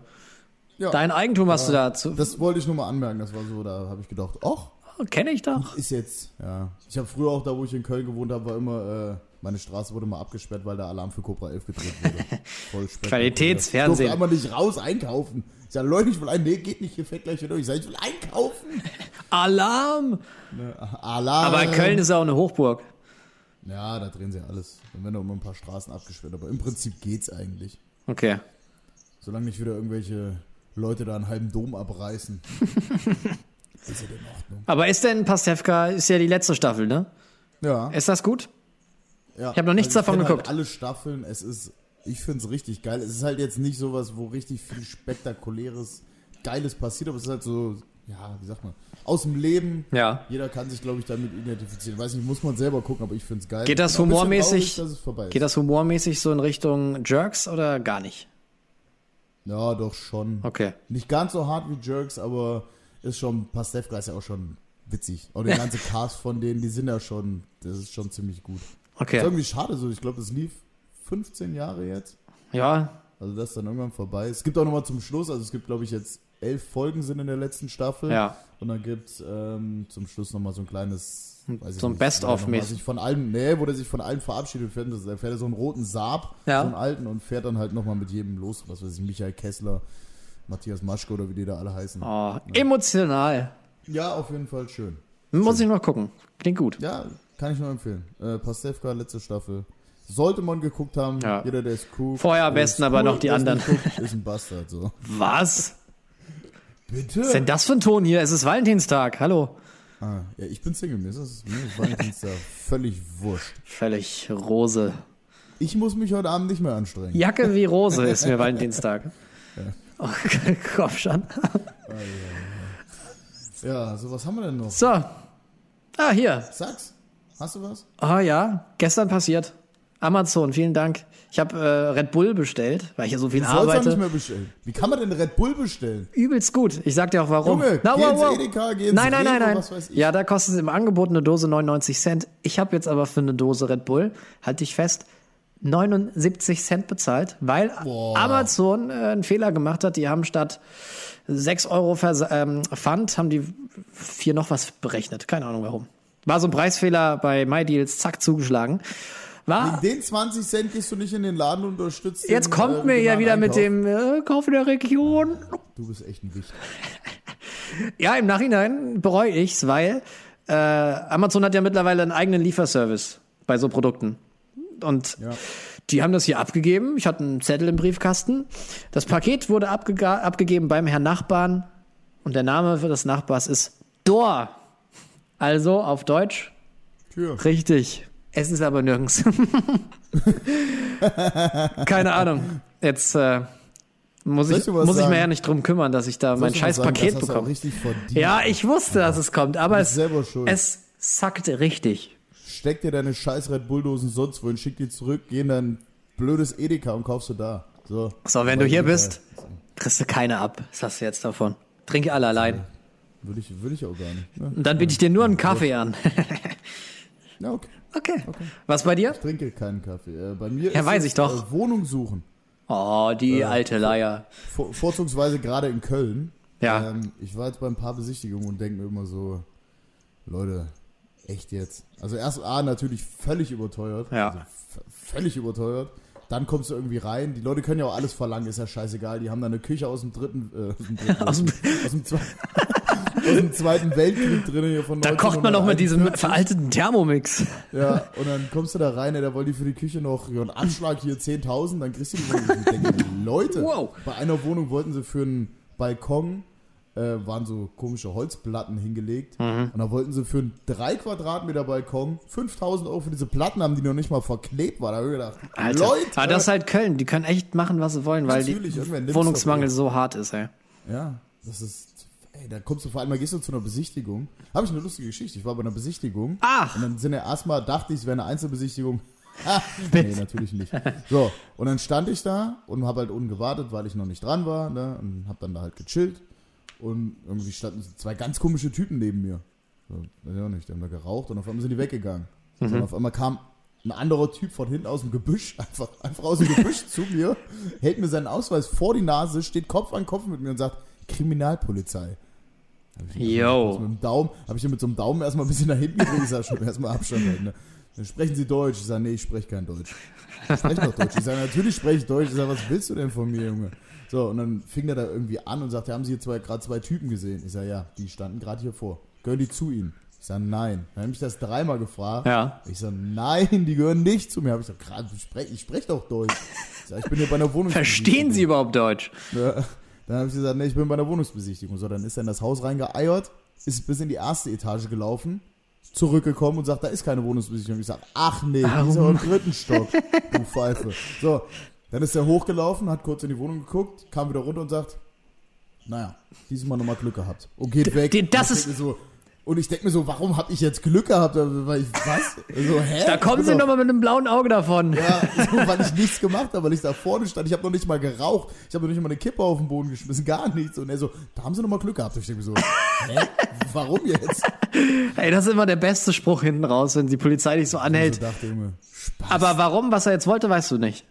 [SPEAKER 2] Ja,
[SPEAKER 3] Dein Eigentum hast du da zu.
[SPEAKER 2] das wollte ich nur mal anmerken, das war so, da habe ich gedacht, ach,
[SPEAKER 3] Oh, Kenne ich doch.
[SPEAKER 2] ist jetzt, ja. Ich habe früher auch da, wo ich in Köln gewohnt habe, war immer, äh, meine Straße wurde mal abgesperrt, weil der Alarm für Cobra 11 gedreht wurde. Voll spektakulär.
[SPEAKER 3] Qualitätsfernsehen.
[SPEAKER 2] Ich durfte einmal nicht raus einkaufen. Ich sage, Leute, ich will ein, nee, geht nicht, hier fährt gleich wieder durch. Ich sage, ich will einkaufen.
[SPEAKER 3] Alarm!
[SPEAKER 2] Alarm.
[SPEAKER 3] Aber Köln ist ja auch eine Hochburg.
[SPEAKER 2] Ja, da drehen sie ja alles. Dann werden doch immer ein paar Straßen abgesperrt. Aber im Prinzip geht's eigentlich.
[SPEAKER 3] Okay.
[SPEAKER 2] Solange nicht wieder irgendwelche Leute da einen halben Dom abreißen. ist ja in Ordnung.
[SPEAKER 3] Aber ist denn Pastewka, ist ja die letzte Staffel, ne?
[SPEAKER 2] Ja.
[SPEAKER 3] Ist das gut?
[SPEAKER 2] ja.
[SPEAKER 3] hab noch nichts davon
[SPEAKER 2] ich kenn
[SPEAKER 3] geguckt.
[SPEAKER 2] Halt alle Staffeln, es ist, ich find's richtig geil. Es ist halt jetzt nicht sowas, wo richtig viel spektakuläres, geiles passiert, aber es ist halt so, ja, wie sagt man, aus dem Leben.
[SPEAKER 3] Ja.
[SPEAKER 2] Jeder kann sich, glaube ich, damit identifizieren. Weiß nicht, muss man selber gucken, aber ich find's geil.
[SPEAKER 3] Geht das
[SPEAKER 2] Ich bin auch ein bisschen
[SPEAKER 3] humormäßig-
[SPEAKER 2] traurig, Dass es vorbei ist.
[SPEAKER 3] Geht das humormäßig so in Richtung Jerks oder gar nicht?
[SPEAKER 2] Ja, doch schon.
[SPEAKER 3] Okay.
[SPEAKER 2] Nicht ganz so hart wie Jerks, aber ist schon, Pastewka ist ja auch schon witzig. Und der ganze Cast von denen, die sind ja schon, das ist schon ziemlich gut. Ist
[SPEAKER 3] Okay.
[SPEAKER 2] irgendwie schade so, ich glaube, es lief 15 Jahre jetzt.
[SPEAKER 3] Ja,
[SPEAKER 2] Also das ist dann irgendwann vorbei. Es gibt auch nochmal zum Schluss, also es gibt glaube ich jetzt elf Folgen sind in der letzten Staffel.
[SPEAKER 3] Ja.
[SPEAKER 2] Und dann gibt's ähm, zum Schluss nochmal so ein kleines, weiß ich
[SPEAKER 3] Hm, So ein
[SPEAKER 2] nicht,
[SPEAKER 3] Best-of
[SPEAKER 2] wo er
[SPEAKER 3] mäßig.
[SPEAKER 2] sich von allem, nee, wo der sich von allen verabschiedet fährt. Das, er fährt ja so einen roten Saab,
[SPEAKER 3] Ja.
[SPEAKER 2] so einen alten und fährt dann halt nochmal mit jedem los. Was weiß ich, Michael Kessler, Matthias Maschke oder wie die da alle heißen.
[SPEAKER 3] Oh, emotional.
[SPEAKER 2] Ja, auf jeden Fall schön.
[SPEAKER 3] Muss ich mal gucken. Klingt gut.
[SPEAKER 2] Ja, kann ich nur empfehlen. Äh, Pastewka, letzte Staffel. Sollte man geguckt haben,
[SPEAKER 3] Ja.
[SPEAKER 2] jeder, der ist cool.
[SPEAKER 3] Vorher am
[SPEAKER 2] der
[SPEAKER 3] besten
[SPEAKER 2] ist
[SPEAKER 3] aber noch die
[SPEAKER 2] der es
[SPEAKER 3] anderen.
[SPEAKER 2] nicht Guckt, ist ein Bastard, so.
[SPEAKER 3] Was?
[SPEAKER 2] Bitte?
[SPEAKER 3] Was ist denn das für ein Ton hier? Es ist Valentinstag. Hallo.
[SPEAKER 2] Ah, ja, ich bin Single, mir ist das mir ist Valentinstag völlig wurscht.
[SPEAKER 3] Völlig Rose.
[SPEAKER 2] Ich muss mich heute Abend nicht mehr anstrengen.
[SPEAKER 3] Jacke wie Rose ist mir Valentinstag. Oh, komm schon.
[SPEAKER 2] Ja, so was haben wir denn noch?
[SPEAKER 3] So. Ah, hier.
[SPEAKER 2] Sag's. Hast du was?
[SPEAKER 3] Ah ja, gestern passiert. Amazon, vielen Dank. Ich habe äh, Red Bull bestellt, weil ich ja so viel
[SPEAKER 2] Sollst du auch nicht
[SPEAKER 3] arbeite.
[SPEAKER 2] mehr bestellen. Wie kann man denn Red Bull bestellen?
[SPEAKER 3] Übelst gut. Ich sag dir auch warum.
[SPEAKER 2] Junge,
[SPEAKER 3] Na,
[SPEAKER 2] geh
[SPEAKER 3] wow,
[SPEAKER 2] ins
[SPEAKER 3] wow.
[SPEAKER 2] Edeka, geh ins
[SPEAKER 3] nein, nein, nein,
[SPEAKER 2] Rewe,
[SPEAKER 3] nein.
[SPEAKER 2] was weiß ich.
[SPEAKER 3] Ja, da kostet es im Angebot eine Dose 99 Cent. Ich habe jetzt aber für eine Dose Red Bull, halte ich fest, 79 Cent bezahlt, weil
[SPEAKER 2] Boah.
[SPEAKER 3] Amazon äh, einen Fehler gemacht hat. Die haben statt 6 Euro Vers ähm, Pfand, haben die vier noch was berechnet. Keine Ahnung warum. War so ein Preisfehler bei MyDeals, zack, zugeschlagen. War,
[SPEAKER 2] Wegen den 20 Cent gehst du nicht in den Laden und unterstützt
[SPEAKER 3] jetzt
[SPEAKER 2] den,
[SPEAKER 3] kommt
[SPEAKER 2] äh,
[SPEAKER 3] mir ja
[SPEAKER 2] regionalen
[SPEAKER 3] wieder mit
[SPEAKER 2] Einkauf.
[SPEAKER 3] dem äh, Kauf in der Region.
[SPEAKER 2] Du bist echt ein Wicht.
[SPEAKER 3] Ja, im Nachhinein bereue ich's, weil äh, Amazon hat ja mittlerweile einen eigenen Lieferservice bei so Produkten. Und
[SPEAKER 2] Ja.
[SPEAKER 3] die haben das hier abgegeben. Ich hatte einen Zettel im Briefkasten. Das Paket wurde abgega- abgegeben beim Herrn Nachbarn Und der Name des Nachbars ist Dor. Also auf Deutsch
[SPEAKER 2] Tür.
[SPEAKER 3] richtig. Es ist aber nirgends. Keine Ahnung. Jetzt äh, muss,
[SPEAKER 2] Soll
[SPEAKER 3] ich,
[SPEAKER 2] ich dir was
[SPEAKER 3] muss ich mir
[SPEAKER 2] sagen?
[SPEAKER 3] ja nicht drum kümmern, dass ich da mein
[SPEAKER 2] Muss man
[SPEAKER 3] scheiß
[SPEAKER 2] sagen, das
[SPEAKER 3] Paket
[SPEAKER 2] hast du auch
[SPEAKER 3] bekomme.
[SPEAKER 2] Richtig verdient.
[SPEAKER 3] Ja, ich wusste, dass es kommt, aber
[SPEAKER 2] bist
[SPEAKER 3] es,
[SPEAKER 2] selber schuld.
[SPEAKER 3] es sackte richtig.
[SPEAKER 2] Steck dir deine scheiß Red Bulldosen sonst wohin, schick die zurück, geh in dein blödes Edeka und kaufst du da. So,
[SPEAKER 3] So, wenn du hier bist, kriegst du keine ab. Was hast du jetzt davon? Trinke alle allein.
[SPEAKER 2] Würde ich, würde ich auch gar nicht. ne? Ja,
[SPEAKER 3] Und dann biete ich dir nur einen Kaffee an.
[SPEAKER 2] ja okay.
[SPEAKER 3] okay. Was bei dir?
[SPEAKER 2] Trinke keinen Kaffee. Äh, bei mir
[SPEAKER 3] Ja,
[SPEAKER 2] ist
[SPEAKER 3] weiß
[SPEAKER 2] es,
[SPEAKER 3] ich doch.
[SPEAKER 2] Äh, Wohnung suchen.
[SPEAKER 3] Oh, die alte Leier.
[SPEAKER 2] Vor, vorzugsweise gerade in Köln.
[SPEAKER 3] Ja.
[SPEAKER 2] Ähm, ich war jetzt bei ein paar Besichtigungen und denke mir immer so, Leute, echt jetzt. Also erst A, natürlich völlig überteuert.
[SPEAKER 3] Ja.
[SPEAKER 2] Also v- völlig überteuert. Dann kommst du irgendwie rein. Die Leute können ja auch alles verlangen, ist ja scheißegal. Die haben da eine Küche aus dem dritten, äh, aus dem, dritten, aus dem, aus dem, zwe aus dem zweiten Weltkrieg drin hier von
[SPEAKER 3] Da kocht man noch
[SPEAKER 2] 1941.
[SPEAKER 3] mit diesem veralteten Thermomix.
[SPEAKER 2] Ja, und dann kommst du da rein, ey, da wollen die für die Küche noch ja, einen Anschlag hier 10.000, dann kriegst du die Wohnung. Ich denke, Leute,
[SPEAKER 3] Wow.
[SPEAKER 2] bei einer Wohnung wollten sie für einen Balkon, äh, waren so komische Holzplatten hingelegt,
[SPEAKER 3] Mhm.
[SPEAKER 2] und da wollten sie für einen 3 Quadratmeter Balkon 5.000 Euro für diese Platten haben, die noch nicht mal verklebt waren. Da hab ich gedacht,
[SPEAKER 3] Alter.
[SPEAKER 2] Leute!
[SPEAKER 3] Aber das ist halt Köln. Die können echt machen, was sie wollen, weil
[SPEAKER 2] Natürlich,
[SPEAKER 3] die
[SPEAKER 2] irgendwann nimmt's
[SPEAKER 3] Wohnungsmangel so hart ist, ey.
[SPEAKER 2] Ja, das ist. Ey, da kommst du vor allem, da gehst du zu einer Besichtigung. Habe ich eine lustige Geschichte. Ich war bei einer Besichtigung.
[SPEAKER 3] Ach.
[SPEAKER 2] Und dann sind ja erstmal, dachte ich, es wäre eine Einzelbesichtigung. Ha, nee, natürlich nicht. So, und dann stand ich da und habe halt unten gewartet, weil ich noch nicht dran war. Ne, und habe dann da halt gechillt. Und irgendwie standen so zwei ganz komische Typen neben mir. So, weiß ich auch nicht. Die haben da geraucht und auf einmal sind die weggegangen. Und auf einmal kam ein anderer Typ von hinten aus dem Gebüsch, einfach, einfach aus dem Gebüsch zu mir, hält mir seinen Ausweis vor die Nase, steht Kopf an Kopf mit mir und sagt, Kriminalpolizei. Also
[SPEAKER 3] Yo.
[SPEAKER 2] mit dem Daumen, habe ich ihn mit so einem Daumen erstmal ein bisschen nach hinten gedreht, ich sag schon, erstmal Abstand halten. Ne? Dann sprechen Sie Deutsch. Ich sage, nee, ich spreche kein Deutsch. Ich spreche doch Deutsch. Ich sage, natürlich spreche ich Deutsch. Ich sage, was willst du denn von mir, Junge? So, und dann fing er da irgendwie an und sagte, haben Sie hier zwei- gerade zwei Typen gesehen? Ich sage, ja, die standen gerade hier vor. Gehören die zu Ihnen? Ich sage, nein. Dann habe ich das dreimal gefragt.
[SPEAKER 3] Ja.
[SPEAKER 2] Ich sage, nein, die gehören nicht zu mir. Habe ich gesagt, gerade, ich spreche ich sprech doch Deutsch. Ich sage, ich bin hier bei einer Wohnung.
[SPEAKER 3] Verstehen Sie überhaupt Deutsch?
[SPEAKER 2] Ja. Ne? Dann habe ich gesagt, nee, ich bin bei einer Wohnungsbesichtigung. So, dann ist er in das Haus reingeeiert, ist bis in die erste Etage gelaufen, zurückgekommen und sagt, da ist keine Wohnungsbesichtigung. Ich sage, ach nee, die ist aber im dritten Stock, du Pfeife. So, dann ist er hochgelaufen, hat kurz in die Wohnung geguckt, kam wieder runter und sagt, naja, dieses Mal nochmal Glück gehabt. Und geht weg.
[SPEAKER 3] die- das
[SPEAKER 2] Und ich denk
[SPEAKER 3] ist-
[SPEAKER 2] mir so, und ich denke mir so, warum habe ich jetzt Glück gehabt? Weil ich, was? So, hä?
[SPEAKER 3] Da kommen Sie
[SPEAKER 2] Genau.
[SPEAKER 3] nochmal mit einem blauen Auge davon.
[SPEAKER 2] Ja, so, weil ich nichts gemacht habe, weil ich da vorne stand. Ich habe noch nicht mal geraucht. Ich habe noch nicht mal eine Kippe auf den Boden geschmissen. Gar nichts. Und er so, da haben sie noch mal Glück gehabt. Und Ich denke mir so, hä? Warum jetzt?
[SPEAKER 3] Ey, das ist immer der beste Spruch hinten raus, wenn die Polizei dich so
[SPEAKER 2] Ich
[SPEAKER 3] anhält.
[SPEAKER 2] so dachte Junge, Spaß.
[SPEAKER 3] Aber warum, was er jetzt wollte, weißt du nicht.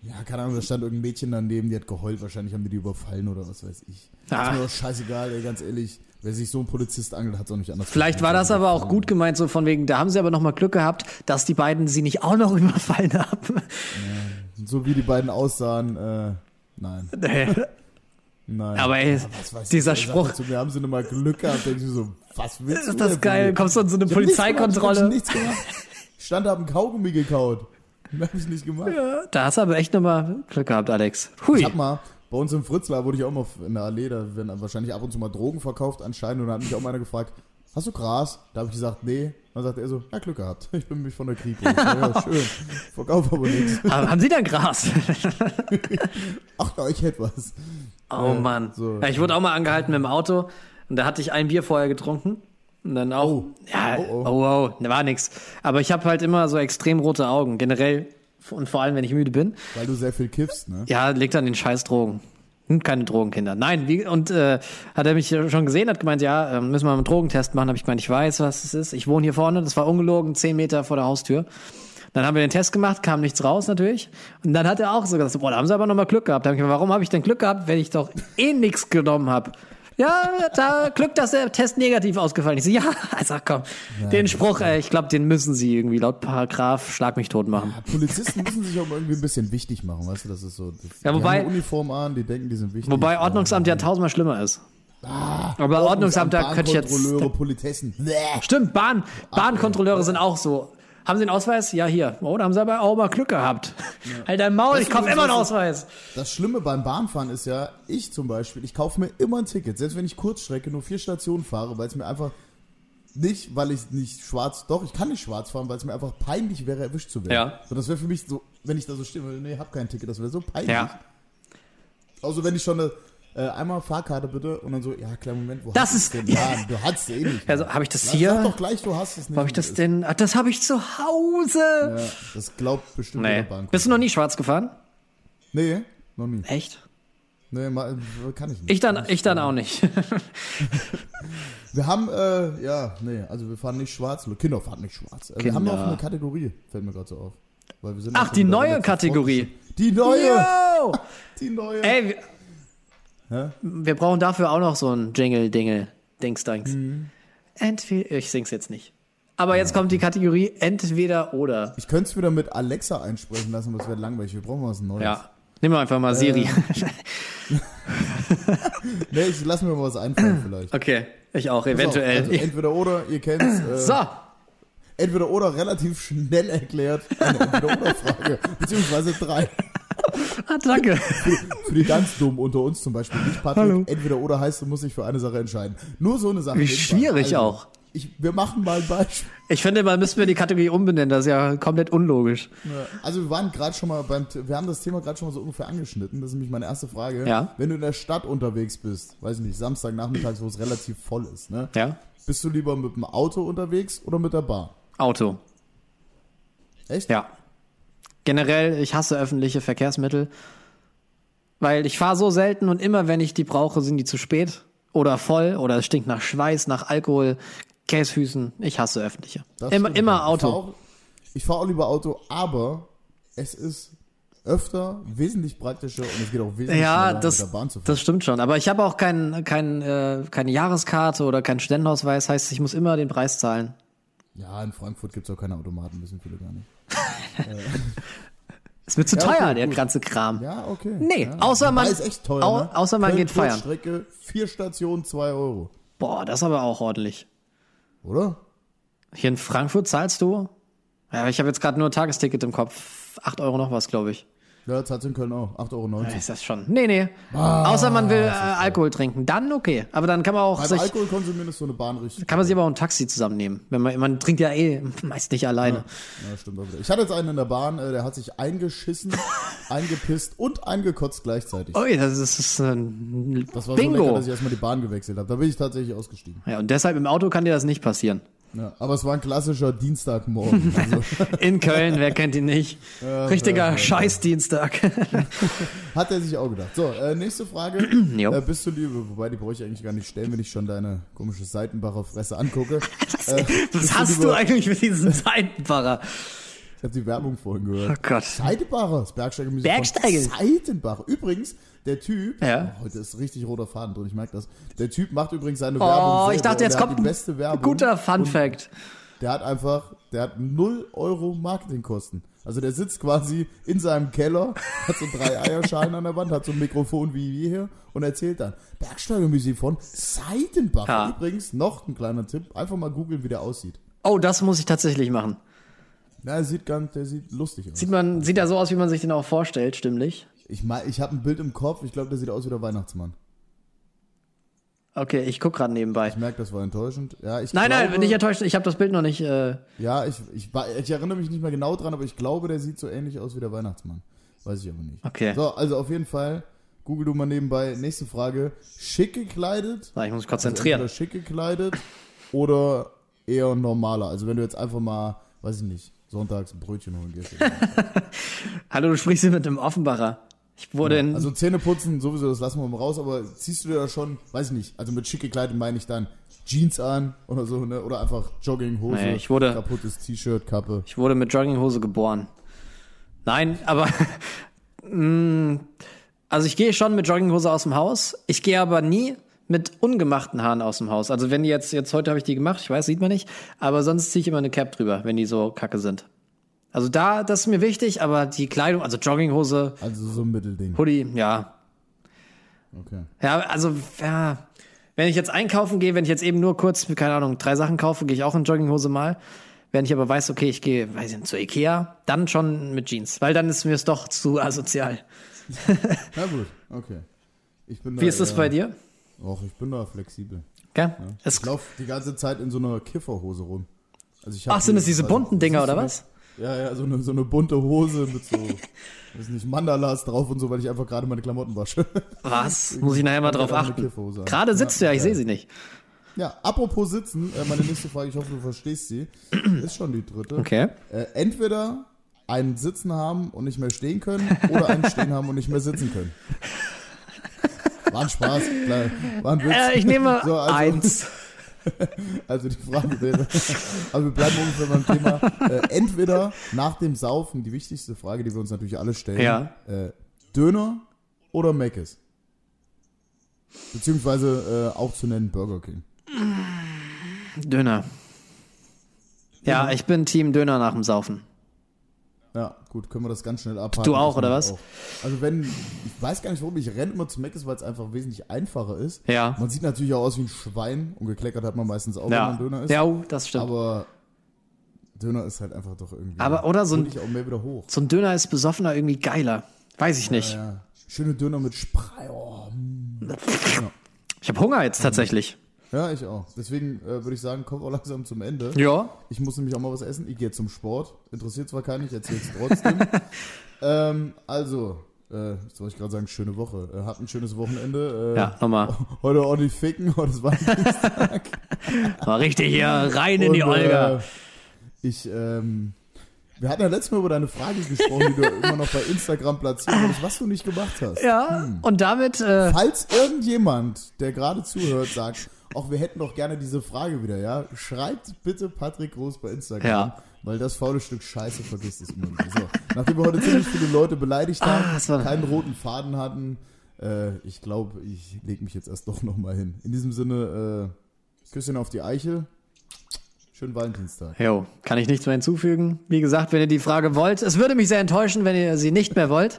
[SPEAKER 2] Ja, keine Ahnung, da stand irgendein Mädchen daneben, die hat geheult. Wahrscheinlich haben die die überfallen oder was weiß ich.
[SPEAKER 3] Ah.
[SPEAKER 2] Ist mir doch scheißegal, ey, ganz ehrlich. Wer sich so ein Polizist angelt, hat es auch nicht anders
[SPEAKER 3] Vielleicht war das aber auch gut gemeint, so von wegen, da haben sie aber nochmal Glück gehabt, dass die beiden sie nicht auch noch überfallen haben.
[SPEAKER 2] So wie die beiden aussahen, äh, nein,
[SPEAKER 3] Nee,
[SPEAKER 2] nein.
[SPEAKER 3] aber ey,
[SPEAKER 2] Was weiß ich,
[SPEAKER 3] dieser
[SPEAKER 2] ey, sagt
[SPEAKER 3] Spruch,
[SPEAKER 2] er Zu mir haben sie noch mal Glück gehabt. Denke ich mir so, was willst du
[SPEAKER 3] ist das
[SPEAKER 2] denn von
[SPEAKER 3] geil.
[SPEAKER 2] mir?
[SPEAKER 3] Kommst du an so eine
[SPEAKER 2] Ich hab nichts
[SPEAKER 3] Polizeikontrolle?
[SPEAKER 2] gemacht, Ich hab nichts gemacht. Ich stand da, hab einen Kaugummi gekaut. Hab ich nicht gemacht.
[SPEAKER 3] Da hast du aber echt nochmal Glück gehabt, Alex.
[SPEAKER 2] Ich
[SPEAKER 3] Hui.
[SPEAKER 2] hab mal, bei uns im Fritzlar wurde ich auch mal in der Allee, da werden wahrscheinlich ab und zu mal Drogen verkauft anscheinend und da hat mich auch mal einer gefragt, hast du Gras? Da habe ich gesagt, nee. Dann sagt er so, ja, Glück gehabt. Ich bin mich von der Kripo. Ich sag, ja, schön. Verkauf aber nichts.
[SPEAKER 3] Aber haben sie dann Gras?
[SPEAKER 2] Ach ja, ich hätte was.
[SPEAKER 3] Oh Mann.
[SPEAKER 2] so.
[SPEAKER 3] Ja, ich wurde auch mal angehalten mit dem Auto und da hatte ich ein Bier vorher getrunken. Und dann auch. Ja, oh,
[SPEAKER 2] Oh,
[SPEAKER 3] oh. oh, da war nix. Aber ich habe halt immer so extrem rote Augen, generell. Und vor allem, wenn ich müde bin.
[SPEAKER 2] Weil du sehr viel kiffst, ne?
[SPEAKER 3] Ja, legt an den scheiß Drogen. Sind keine Drogenkinder. Nein, wie, und äh, hat er mich schon gesehen, hat gemeint, ja, äh, müssen wir mal einen Drogentest machen. Habe ich gemeint, ich weiß, was es ist. Ich wohne hier vorne, das war ungelogen, zehn Meter vor der Haustür. Dann haben wir den Test gemacht, kam nichts raus natürlich. Und dann hat er auch so gesagt, boah, da haben sie aber nochmal Glück gehabt. Da hab ich gemeint, warum habe ich denn Glück gehabt, wenn ich doch eh nichts genommen habe? Ja, da Glück, dass der Test negativ ausgefallen ist. Ja, ich sag komm, den Spruch, ey, ich glaube, den müssen sie irgendwie laut Paragraph Schlag mich tot machen.
[SPEAKER 2] Ja, Polizisten müssen sich auch mal irgendwie ein bisschen wichtig machen, weißt du? Das ist so. Das,
[SPEAKER 3] Ja,
[SPEAKER 2] die
[SPEAKER 3] wobei-
[SPEAKER 2] haben eine Uniform an, die denken, die sind wichtig.
[SPEAKER 3] Wobei Ordnungsamt ja tausendmal schlimmer ist. Aber Ordnungsamt, da könnte ich jetzt.
[SPEAKER 2] Bahnkontrolleure, Politessen. Bäh.
[SPEAKER 3] Stimmt, Bahn, Bahnkontrolleure sind auch so. Haben Sie einen Ausweis? Ja, hier. Oh, da haben Sie aber auch mal Glück gehabt. Halt dein Maul, ich kaufe
[SPEAKER 2] übrigens
[SPEAKER 3] immer einen
[SPEAKER 2] was-
[SPEAKER 3] Ausweis.
[SPEAKER 2] Das Schlimme beim Bahnfahren ist ja, ich zum Beispiel, ich kaufe mir immer ein Ticket, selbst wenn ich Kurzstrecke nur vier Stationen fahre, weil es mir einfach nicht, weil ich nicht schwarz, doch, ich kann nicht schwarz fahren, weil es mir einfach peinlich wäre, erwischt zu werden.
[SPEAKER 3] Ja.
[SPEAKER 2] So, das wäre für mich so, wenn ich da so stehen würde, nee, hab kein Ticket, das wäre so peinlich.
[SPEAKER 3] Ja.
[SPEAKER 2] Also wenn ich schon eine, äh, einmal Fahrkarte bitte und dann so, ja, kleinen Moment, wo hast
[SPEAKER 3] Das
[SPEAKER 2] du's
[SPEAKER 3] ist-
[SPEAKER 2] denn? Ja, du hast es eh nicht.
[SPEAKER 3] Also, habe ich das
[SPEAKER 2] Sag-
[SPEAKER 3] hier?
[SPEAKER 2] Sag doch gleich, du hast es nicht.
[SPEAKER 3] Habe ich das denn? Ach, das habe ich zu Hause.
[SPEAKER 2] Ja, das glaubt bestimmt
[SPEAKER 3] nee.
[SPEAKER 2] jeder Bahn.
[SPEAKER 3] Bist du noch nie schwarz gefahren?
[SPEAKER 2] Nee, noch nie.
[SPEAKER 3] Echt?
[SPEAKER 2] Nee, ma- kann ich nicht.
[SPEAKER 3] Ich dann, ich dann auch nicht.
[SPEAKER 2] Wir haben, äh, ja, nee, also wir fahren nicht schwarz, nur Kinder fahren nicht schwarz. Äh, Wir haben
[SPEAKER 3] Kinder.
[SPEAKER 2] noch eine Kategorie, fällt mir gerade so auf. Weil wir sind
[SPEAKER 3] Ach,
[SPEAKER 2] noch so
[SPEAKER 3] die
[SPEAKER 2] bei der
[SPEAKER 3] neue
[SPEAKER 2] letzten
[SPEAKER 3] Kategorie.
[SPEAKER 2] Folge. Die neue,
[SPEAKER 3] Yo!
[SPEAKER 2] die neue.
[SPEAKER 3] Ey, wir-
[SPEAKER 2] Hä?
[SPEAKER 3] wir brauchen dafür auch noch so ein Jingle-Dingel. Dings-Dangs. Entweder, ich sing's jetzt nicht. Aber jetzt kommt die Kategorie entweder oder.
[SPEAKER 2] Ich könnte es wieder mit Alexa einsprechen lassen, aber es wäre langweilig. Wir brauchen was Neues.
[SPEAKER 3] Ja. Ähm. Nimm mal einfach mal Siri.
[SPEAKER 2] Nee, ich lasse mir mal was einfallen vielleicht.
[SPEAKER 3] okay. Ich auch,
[SPEAKER 2] Pass auf,
[SPEAKER 3] eventuell.
[SPEAKER 2] Also entweder oder, ihr kennt's. Äh,
[SPEAKER 3] so. Ah,
[SPEAKER 2] Entweder oder relativ schnell erklärt. Eine entweder oder Frage. Beziehungsweise drei.
[SPEAKER 3] Ah, danke.
[SPEAKER 2] Für die ganz Dummen unter uns zum Beispiel nicht, Patrick. Entweder oder heißt, du musst dich für eine Sache entscheiden. Nur so eine Sache. Also,
[SPEAKER 3] Wie schwierig auch.
[SPEAKER 2] Ich, wir machen mal ein Beispiel.
[SPEAKER 3] Ich finde, mal müssen wir die Kategorie umbenennen. Das ist ja komplett unlogisch.
[SPEAKER 2] Also wir waren gerade schon mal beim, wir haben das Thema gerade schon mal so ungefähr angeschnitten. Das ist nämlich meine erste Frage.
[SPEAKER 3] Ja.
[SPEAKER 2] Wenn du in der Stadt unterwegs bist, weiß ich nicht, Samstagnachmittags, wo es relativ voll ist, ne?
[SPEAKER 3] Ja.
[SPEAKER 2] Bist du lieber mit dem Auto unterwegs oder mit der Bahn?
[SPEAKER 3] Auto.
[SPEAKER 2] Echt?
[SPEAKER 3] Ja. Generell, ich hasse öffentliche Verkehrsmittel, weil ich fahre so selten und immer, wenn ich die brauche, sind die zu spät oder voll oder es stinkt nach Schweiß, nach Alkohol, Käsefüßen. Ich hasse öffentliche.
[SPEAKER 2] Das
[SPEAKER 3] Immer,
[SPEAKER 2] stimmt.
[SPEAKER 3] immer
[SPEAKER 2] Ich fahr
[SPEAKER 3] Auto.
[SPEAKER 2] auch- Ich fahre auch lieber Auto, aber es ist öfter wesentlich praktischer und es geht auch wesentlich
[SPEAKER 3] Ja,
[SPEAKER 2] schneller,
[SPEAKER 3] das,
[SPEAKER 2] um mit der Bahn zu fahren.
[SPEAKER 3] das stimmt schon. Aber ich habe auch kein, kein, äh, keine Jahreskarte oder keinen Studentenausweis. Heißt, ich muss immer den Preis zahlen.
[SPEAKER 2] ja, in Frankfurt gibt's auch keine Automaten, wissen viele gar nicht.
[SPEAKER 3] Ist mir zu
[SPEAKER 2] Ja, okay,
[SPEAKER 3] teuer, der
[SPEAKER 2] gut.
[SPEAKER 3] ganze Kram.
[SPEAKER 2] Ja, okay.
[SPEAKER 3] Nee,
[SPEAKER 2] ja.
[SPEAKER 3] außer man-
[SPEAKER 2] Wobei ist echt teuer,
[SPEAKER 3] au-
[SPEAKER 2] ne?
[SPEAKER 3] außer man
[SPEAKER 2] Köln
[SPEAKER 3] geht feiern.
[SPEAKER 2] Kurzstrecke, vier Stationen, zwei Euro.
[SPEAKER 3] Boah, das ist aber auch ordentlich.
[SPEAKER 2] Oder?
[SPEAKER 3] Hier in Frankfurt zahlst du? Ja, ich habe jetzt gerade nur ein Tagesticket im Kopz. 8 Euro noch was, glaube ich.
[SPEAKER 2] Ja, das hat's in Köln auch. 8,90 Euro.
[SPEAKER 3] Ja, Ist das schon? Nee, nee.
[SPEAKER 2] Ah,
[SPEAKER 3] Außer man will äh, Alkohol trinken. Dann okay. Aber dann kann man auch
[SPEAKER 2] Also
[SPEAKER 3] sich,
[SPEAKER 2] Alkohol konsumieren ist so eine Bahn richtig.
[SPEAKER 3] kann man sich aber auch ein Taxi zusammennehmen. Wenn man, man trinkt ja eh meist nicht alleine.
[SPEAKER 2] Ja, stimmt auch wieder. Ich hatte jetzt einen in der Bahn, äh, der hat sich eingeschissen, eingepisst und eingekotzt gleichzeitig.
[SPEAKER 3] Ui, das ist, das ist ein
[SPEAKER 2] Das war so lecker,
[SPEAKER 3] Bingo.
[SPEAKER 2] dass ich erstmal die Bahn gewechselt habe. Da bin ich tatsächlich ausgestiegen.
[SPEAKER 3] ja, und deshalb im Auto kann dir das nicht passieren.
[SPEAKER 2] Ja, aber es war ein klassischer Dienstagmorgen. Also,
[SPEAKER 3] In Köln, wer kennt ihn nicht? Richtiger Scheißdienstag.
[SPEAKER 2] hat er sich auch gedacht. So, äh, nächste Frage.
[SPEAKER 3] Jo.
[SPEAKER 2] äh, bist du liebe, wobei die brauche ich eigentlich gar nicht stellen, wenn ich schon deine komische Seitenbacher Fresse angucke. Äh, bist
[SPEAKER 3] Was hast du
[SPEAKER 2] lieber-
[SPEAKER 3] eigentlich mit diesem Seitenbacher?
[SPEAKER 2] Ich habe die Werbung vorhin gehört.
[SPEAKER 3] Oh Gott.
[SPEAKER 2] Seidenbacher, das Bergsteigermuseum.
[SPEAKER 3] Bergsteiger.
[SPEAKER 2] Seidenbach. Übrigens, der Typ,
[SPEAKER 3] Ja.
[SPEAKER 2] oh, heute ist richtig roter Faden drin, ich merke das. Der Typ macht übrigens seine Werbung.
[SPEAKER 3] Oh,
[SPEAKER 2] selber
[SPEAKER 3] ich dachte,
[SPEAKER 2] und
[SPEAKER 3] jetzt
[SPEAKER 2] der hat
[SPEAKER 3] kommt
[SPEAKER 2] die
[SPEAKER 3] ein
[SPEAKER 2] beste Werbung.
[SPEAKER 3] guter Fun
[SPEAKER 2] Und
[SPEAKER 3] Fact.
[SPEAKER 2] Der hat einfach, der hat 0 Euro Marketingkosten. Also der sitzt quasi in seinem Keller, hat so drei Eierschalen an der Wand, hat so ein Mikrofon wie wir hier und erzählt dann Bergsteigermusik von Seidenbach.
[SPEAKER 3] Ja.
[SPEAKER 2] Übrigens noch ein kleiner Tipp, einfach mal googeln, wie der aussieht.
[SPEAKER 3] Oh, das muss ich tatsächlich machen.
[SPEAKER 2] Na, er sieht ganz, der sieht lustig aus.
[SPEAKER 3] Sieht man, sieht er so aus, wie man sich den auch vorstellt, stimmlich?
[SPEAKER 2] Ich mein, ich habe ein Bild im Kopf, ich glaube, der sieht aus wie der Weihnachtsmann.
[SPEAKER 3] Okay, ich guck gerade nebenbei.
[SPEAKER 2] Ich merke, das war enttäuschend. Ja, ich
[SPEAKER 3] Nein,
[SPEAKER 2] glaube,
[SPEAKER 3] nein, bin nicht enttäuscht. Ich habe das Bild noch nicht. Äh,
[SPEAKER 2] Ja, ich, ich, war- ich erinnere mich nicht mehr genau dran, aber ich glaube, der sieht so ähnlich aus wie der Weihnachtsmann. Weiß ich aber nicht.
[SPEAKER 3] Okay.
[SPEAKER 2] So, also auf jeden Fall, google du mal nebenbei. Nächste Frage. Schick gekleidet? Also
[SPEAKER 3] ich muss mich
[SPEAKER 2] Entweder
[SPEAKER 3] konzentrieren.
[SPEAKER 2] schick gekleidet oder eher normaler. Also wenn du jetzt einfach mal, weiß ich nicht, sonntags ein Brötchen holen gehst. oder so.
[SPEAKER 3] Hallo, du sprichst hier mit dem Offenbarer. Ich wurde in.
[SPEAKER 2] also Zähne putzen, sowieso, das lassen wir mal raus, aber ziehst du dir da schon, weiß ich nicht, also mit schick gekleidet meine ich dann Jeans an oder so, ne? Oder einfach Jogginghose,
[SPEAKER 3] Nee, ich wurde-
[SPEAKER 2] kaputtes T-Shirt, Kappe.
[SPEAKER 3] ich wurde mit Jogginghose geboren. Nein, aber. mm, also ich gehe schon mit Jogginghose aus dem Haus. Ich gehe aber nie mit ungemachten Haaren aus dem Haus. Also wenn die jetzt, jetzt heute habe ich die gemacht, ich weiß, sieht man nicht, aber sonst ziehe ich immer eine Cap drüber, wenn die so kacke sind. Also da, das ist mir wichtig, aber die Kleidung, also Jogginghose,
[SPEAKER 2] Also so ein Mittelding.
[SPEAKER 3] Hoodie, ja,
[SPEAKER 2] Okay.
[SPEAKER 3] Ja, also, ja. Wenn ich jetzt einkaufen gehe, wenn ich jetzt eben nur kurz, keine Ahnung, drei Sachen kaufe, gehe ich auch in Jogginghose mal. Wenn ich aber weiß, okay, ich gehe, weiß ich nicht, zu Ikea, dann schon mit Jeans, weil dann ist mir es doch zu asozial.
[SPEAKER 2] Na gut, okay. Ich bin da,
[SPEAKER 3] Wie ist das
[SPEAKER 2] eher-
[SPEAKER 3] bei dir?
[SPEAKER 2] Och, ich bin da flexibel.
[SPEAKER 3] Gell? Es,
[SPEAKER 2] Ich laufe die ganze Zeit in so einer Kifferhose rum. Also ich hab
[SPEAKER 3] ach, sind
[SPEAKER 2] hier-
[SPEAKER 3] es diese
[SPEAKER 2] also,
[SPEAKER 3] bunten Dinger
[SPEAKER 2] siehst du
[SPEAKER 3] oder
[SPEAKER 2] das?
[SPEAKER 3] was?
[SPEAKER 2] Ja, ja, so eine, so eine bunte Hose mit so, weiß nicht, Mandalas drauf und so, weil ich einfach gerade meine Klamotten wasche.
[SPEAKER 3] Was? Muss ich nachher mal drauf
[SPEAKER 2] auch eine
[SPEAKER 3] achten.
[SPEAKER 2] Kiffhose an.
[SPEAKER 3] Gerade sitzt du ja, ich sehe sie nicht.
[SPEAKER 2] Ja, apropos Sitzen, äh, meine nächste Frage, ich hoffe, du verstehst sie, ist schon die dritte.
[SPEAKER 3] Okay.
[SPEAKER 2] Äh, entweder einen Sitzen haben und nicht mehr stehen können oder einen Stehen haben und nicht mehr sitzen können. War ein Spaß, klar, war ein Witz.
[SPEAKER 3] Äh, ich nehme
[SPEAKER 2] So, also-
[SPEAKER 3] eins.
[SPEAKER 2] Also die Frage wäre, aber wir bleiben ungefähr beim Thema. Äh, entweder nach dem Saufen, die wichtigste Frage, die wir uns natürlich alle stellen,
[SPEAKER 3] Ja.
[SPEAKER 2] äh, Döner oder Mc's? Beziehungsweise äh, auch zu nennen Burger King.
[SPEAKER 3] Döner. Ja, ich bin Team Döner nach dem Saufen.
[SPEAKER 2] Ja, gut, können wir das ganz schnell abhaken.
[SPEAKER 3] Du auch,
[SPEAKER 2] Das
[SPEAKER 3] oder
[SPEAKER 2] mache
[SPEAKER 3] was?
[SPEAKER 2] ich Also wenn, ich weiß gar nicht warum, ich renne immer zu Mc's, weil es einfach wesentlich einfacher ist.
[SPEAKER 3] Ja.
[SPEAKER 2] Man sieht natürlich auch aus wie ein Schwein und gekleckert hat man meistens auch,
[SPEAKER 3] Ja,
[SPEAKER 2] wenn man Döner ist.
[SPEAKER 3] ja oh, das stimmt.
[SPEAKER 2] Aber Döner ist halt einfach doch irgendwie...
[SPEAKER 3] Aber- oder so ein-
[SPEAKER 2] Hol ich auch mehr wieder hoch.
[SPEAKER 3] so ein Döner ist besoffener irgendwie geiler. Weiß ich nicht.
[SPEAKER 2] Ja. Schöne Döner mit Sprei. Oh.
[SPEAKER 3] Ich habe Hunger jetzt tatsächlich.
[SPEAKER 2] Ja, ich auch. Deswegen äh, würde ich sagen, kommt auch langsam zum Ende.
[SPEAKER 3] Mhm. Ja.
[SPEAKER 2] Ich muss nämlich auch mal was essen. Ich gehe zum Sport. Interessiert zwar keinen, ich erzähle es trotzdem. ähm, also, äh, jetzt wollte ich gerade sagen, schöne Woche. Äh, habt ein schönes Wochenende. Äh,
[SPEAKER 3] Ja, nochmal.
[SPEAKER 2] Heute ordentlich ficken. Heute ist Weihnachten.
[SPEAKER 3] Mal richtig hier rein in die
[SPEAKER 2] Und,
[SPEAKER 3] Olga.
[SPEAKER 2] Äh, ich, ähm, wir hatten ja letztes Mal über deine Frage gesprochen, die du immer noch bei Instagram platziert hast, was du nicht gemacht hast.
[SPEAKER 3] ja, und damit, äh,
[SPEAKER 2] Falls irgendjemand, der gerade zuhört, sagt, auch wir hätten doch gerne diese Frage wieder, ja, schreibt bitte Patrick Groß bei Instagram,
[SPEAKER 3] Ja.
[SPEAKER 2] weil das faule Stück Scheiße vergisst es immer wieder. So, nachdem wir heute ziemlich viele Leute beleidigt haben,
[SPEAKER 3] Ah, das war-
[SPEAKER 2] keinen roten Faden hatten, äh, ich glaube, ich lege mich jetzt erst doch nochmal hin. In diesem Sinne, äh, Küsschen auf die Eichel, schönen Valentinstag.
[SPEAKER 3] jo, kann ich nichts mehr hinzufügen. Wie gesagt, wenn ihr die Frage wollt, es würde mich sehr enttäuschen, wenn ihr sie nicht mehr wollt,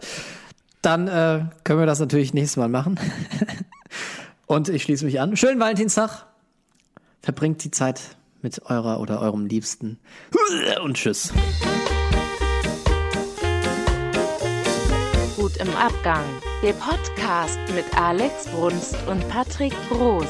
[SPEAKER 3] dann äh, können wir das natürlich nächstes Mal machen. und ich schließe mich an. Schönen Valentinstag. Verbringt die Zeit mit eurer oder eurem Liebsten. Und tschüss.
[SPEAKER 1] Gut im Abgang. Der Podcast mit Alex Brunst und Patrick Groß.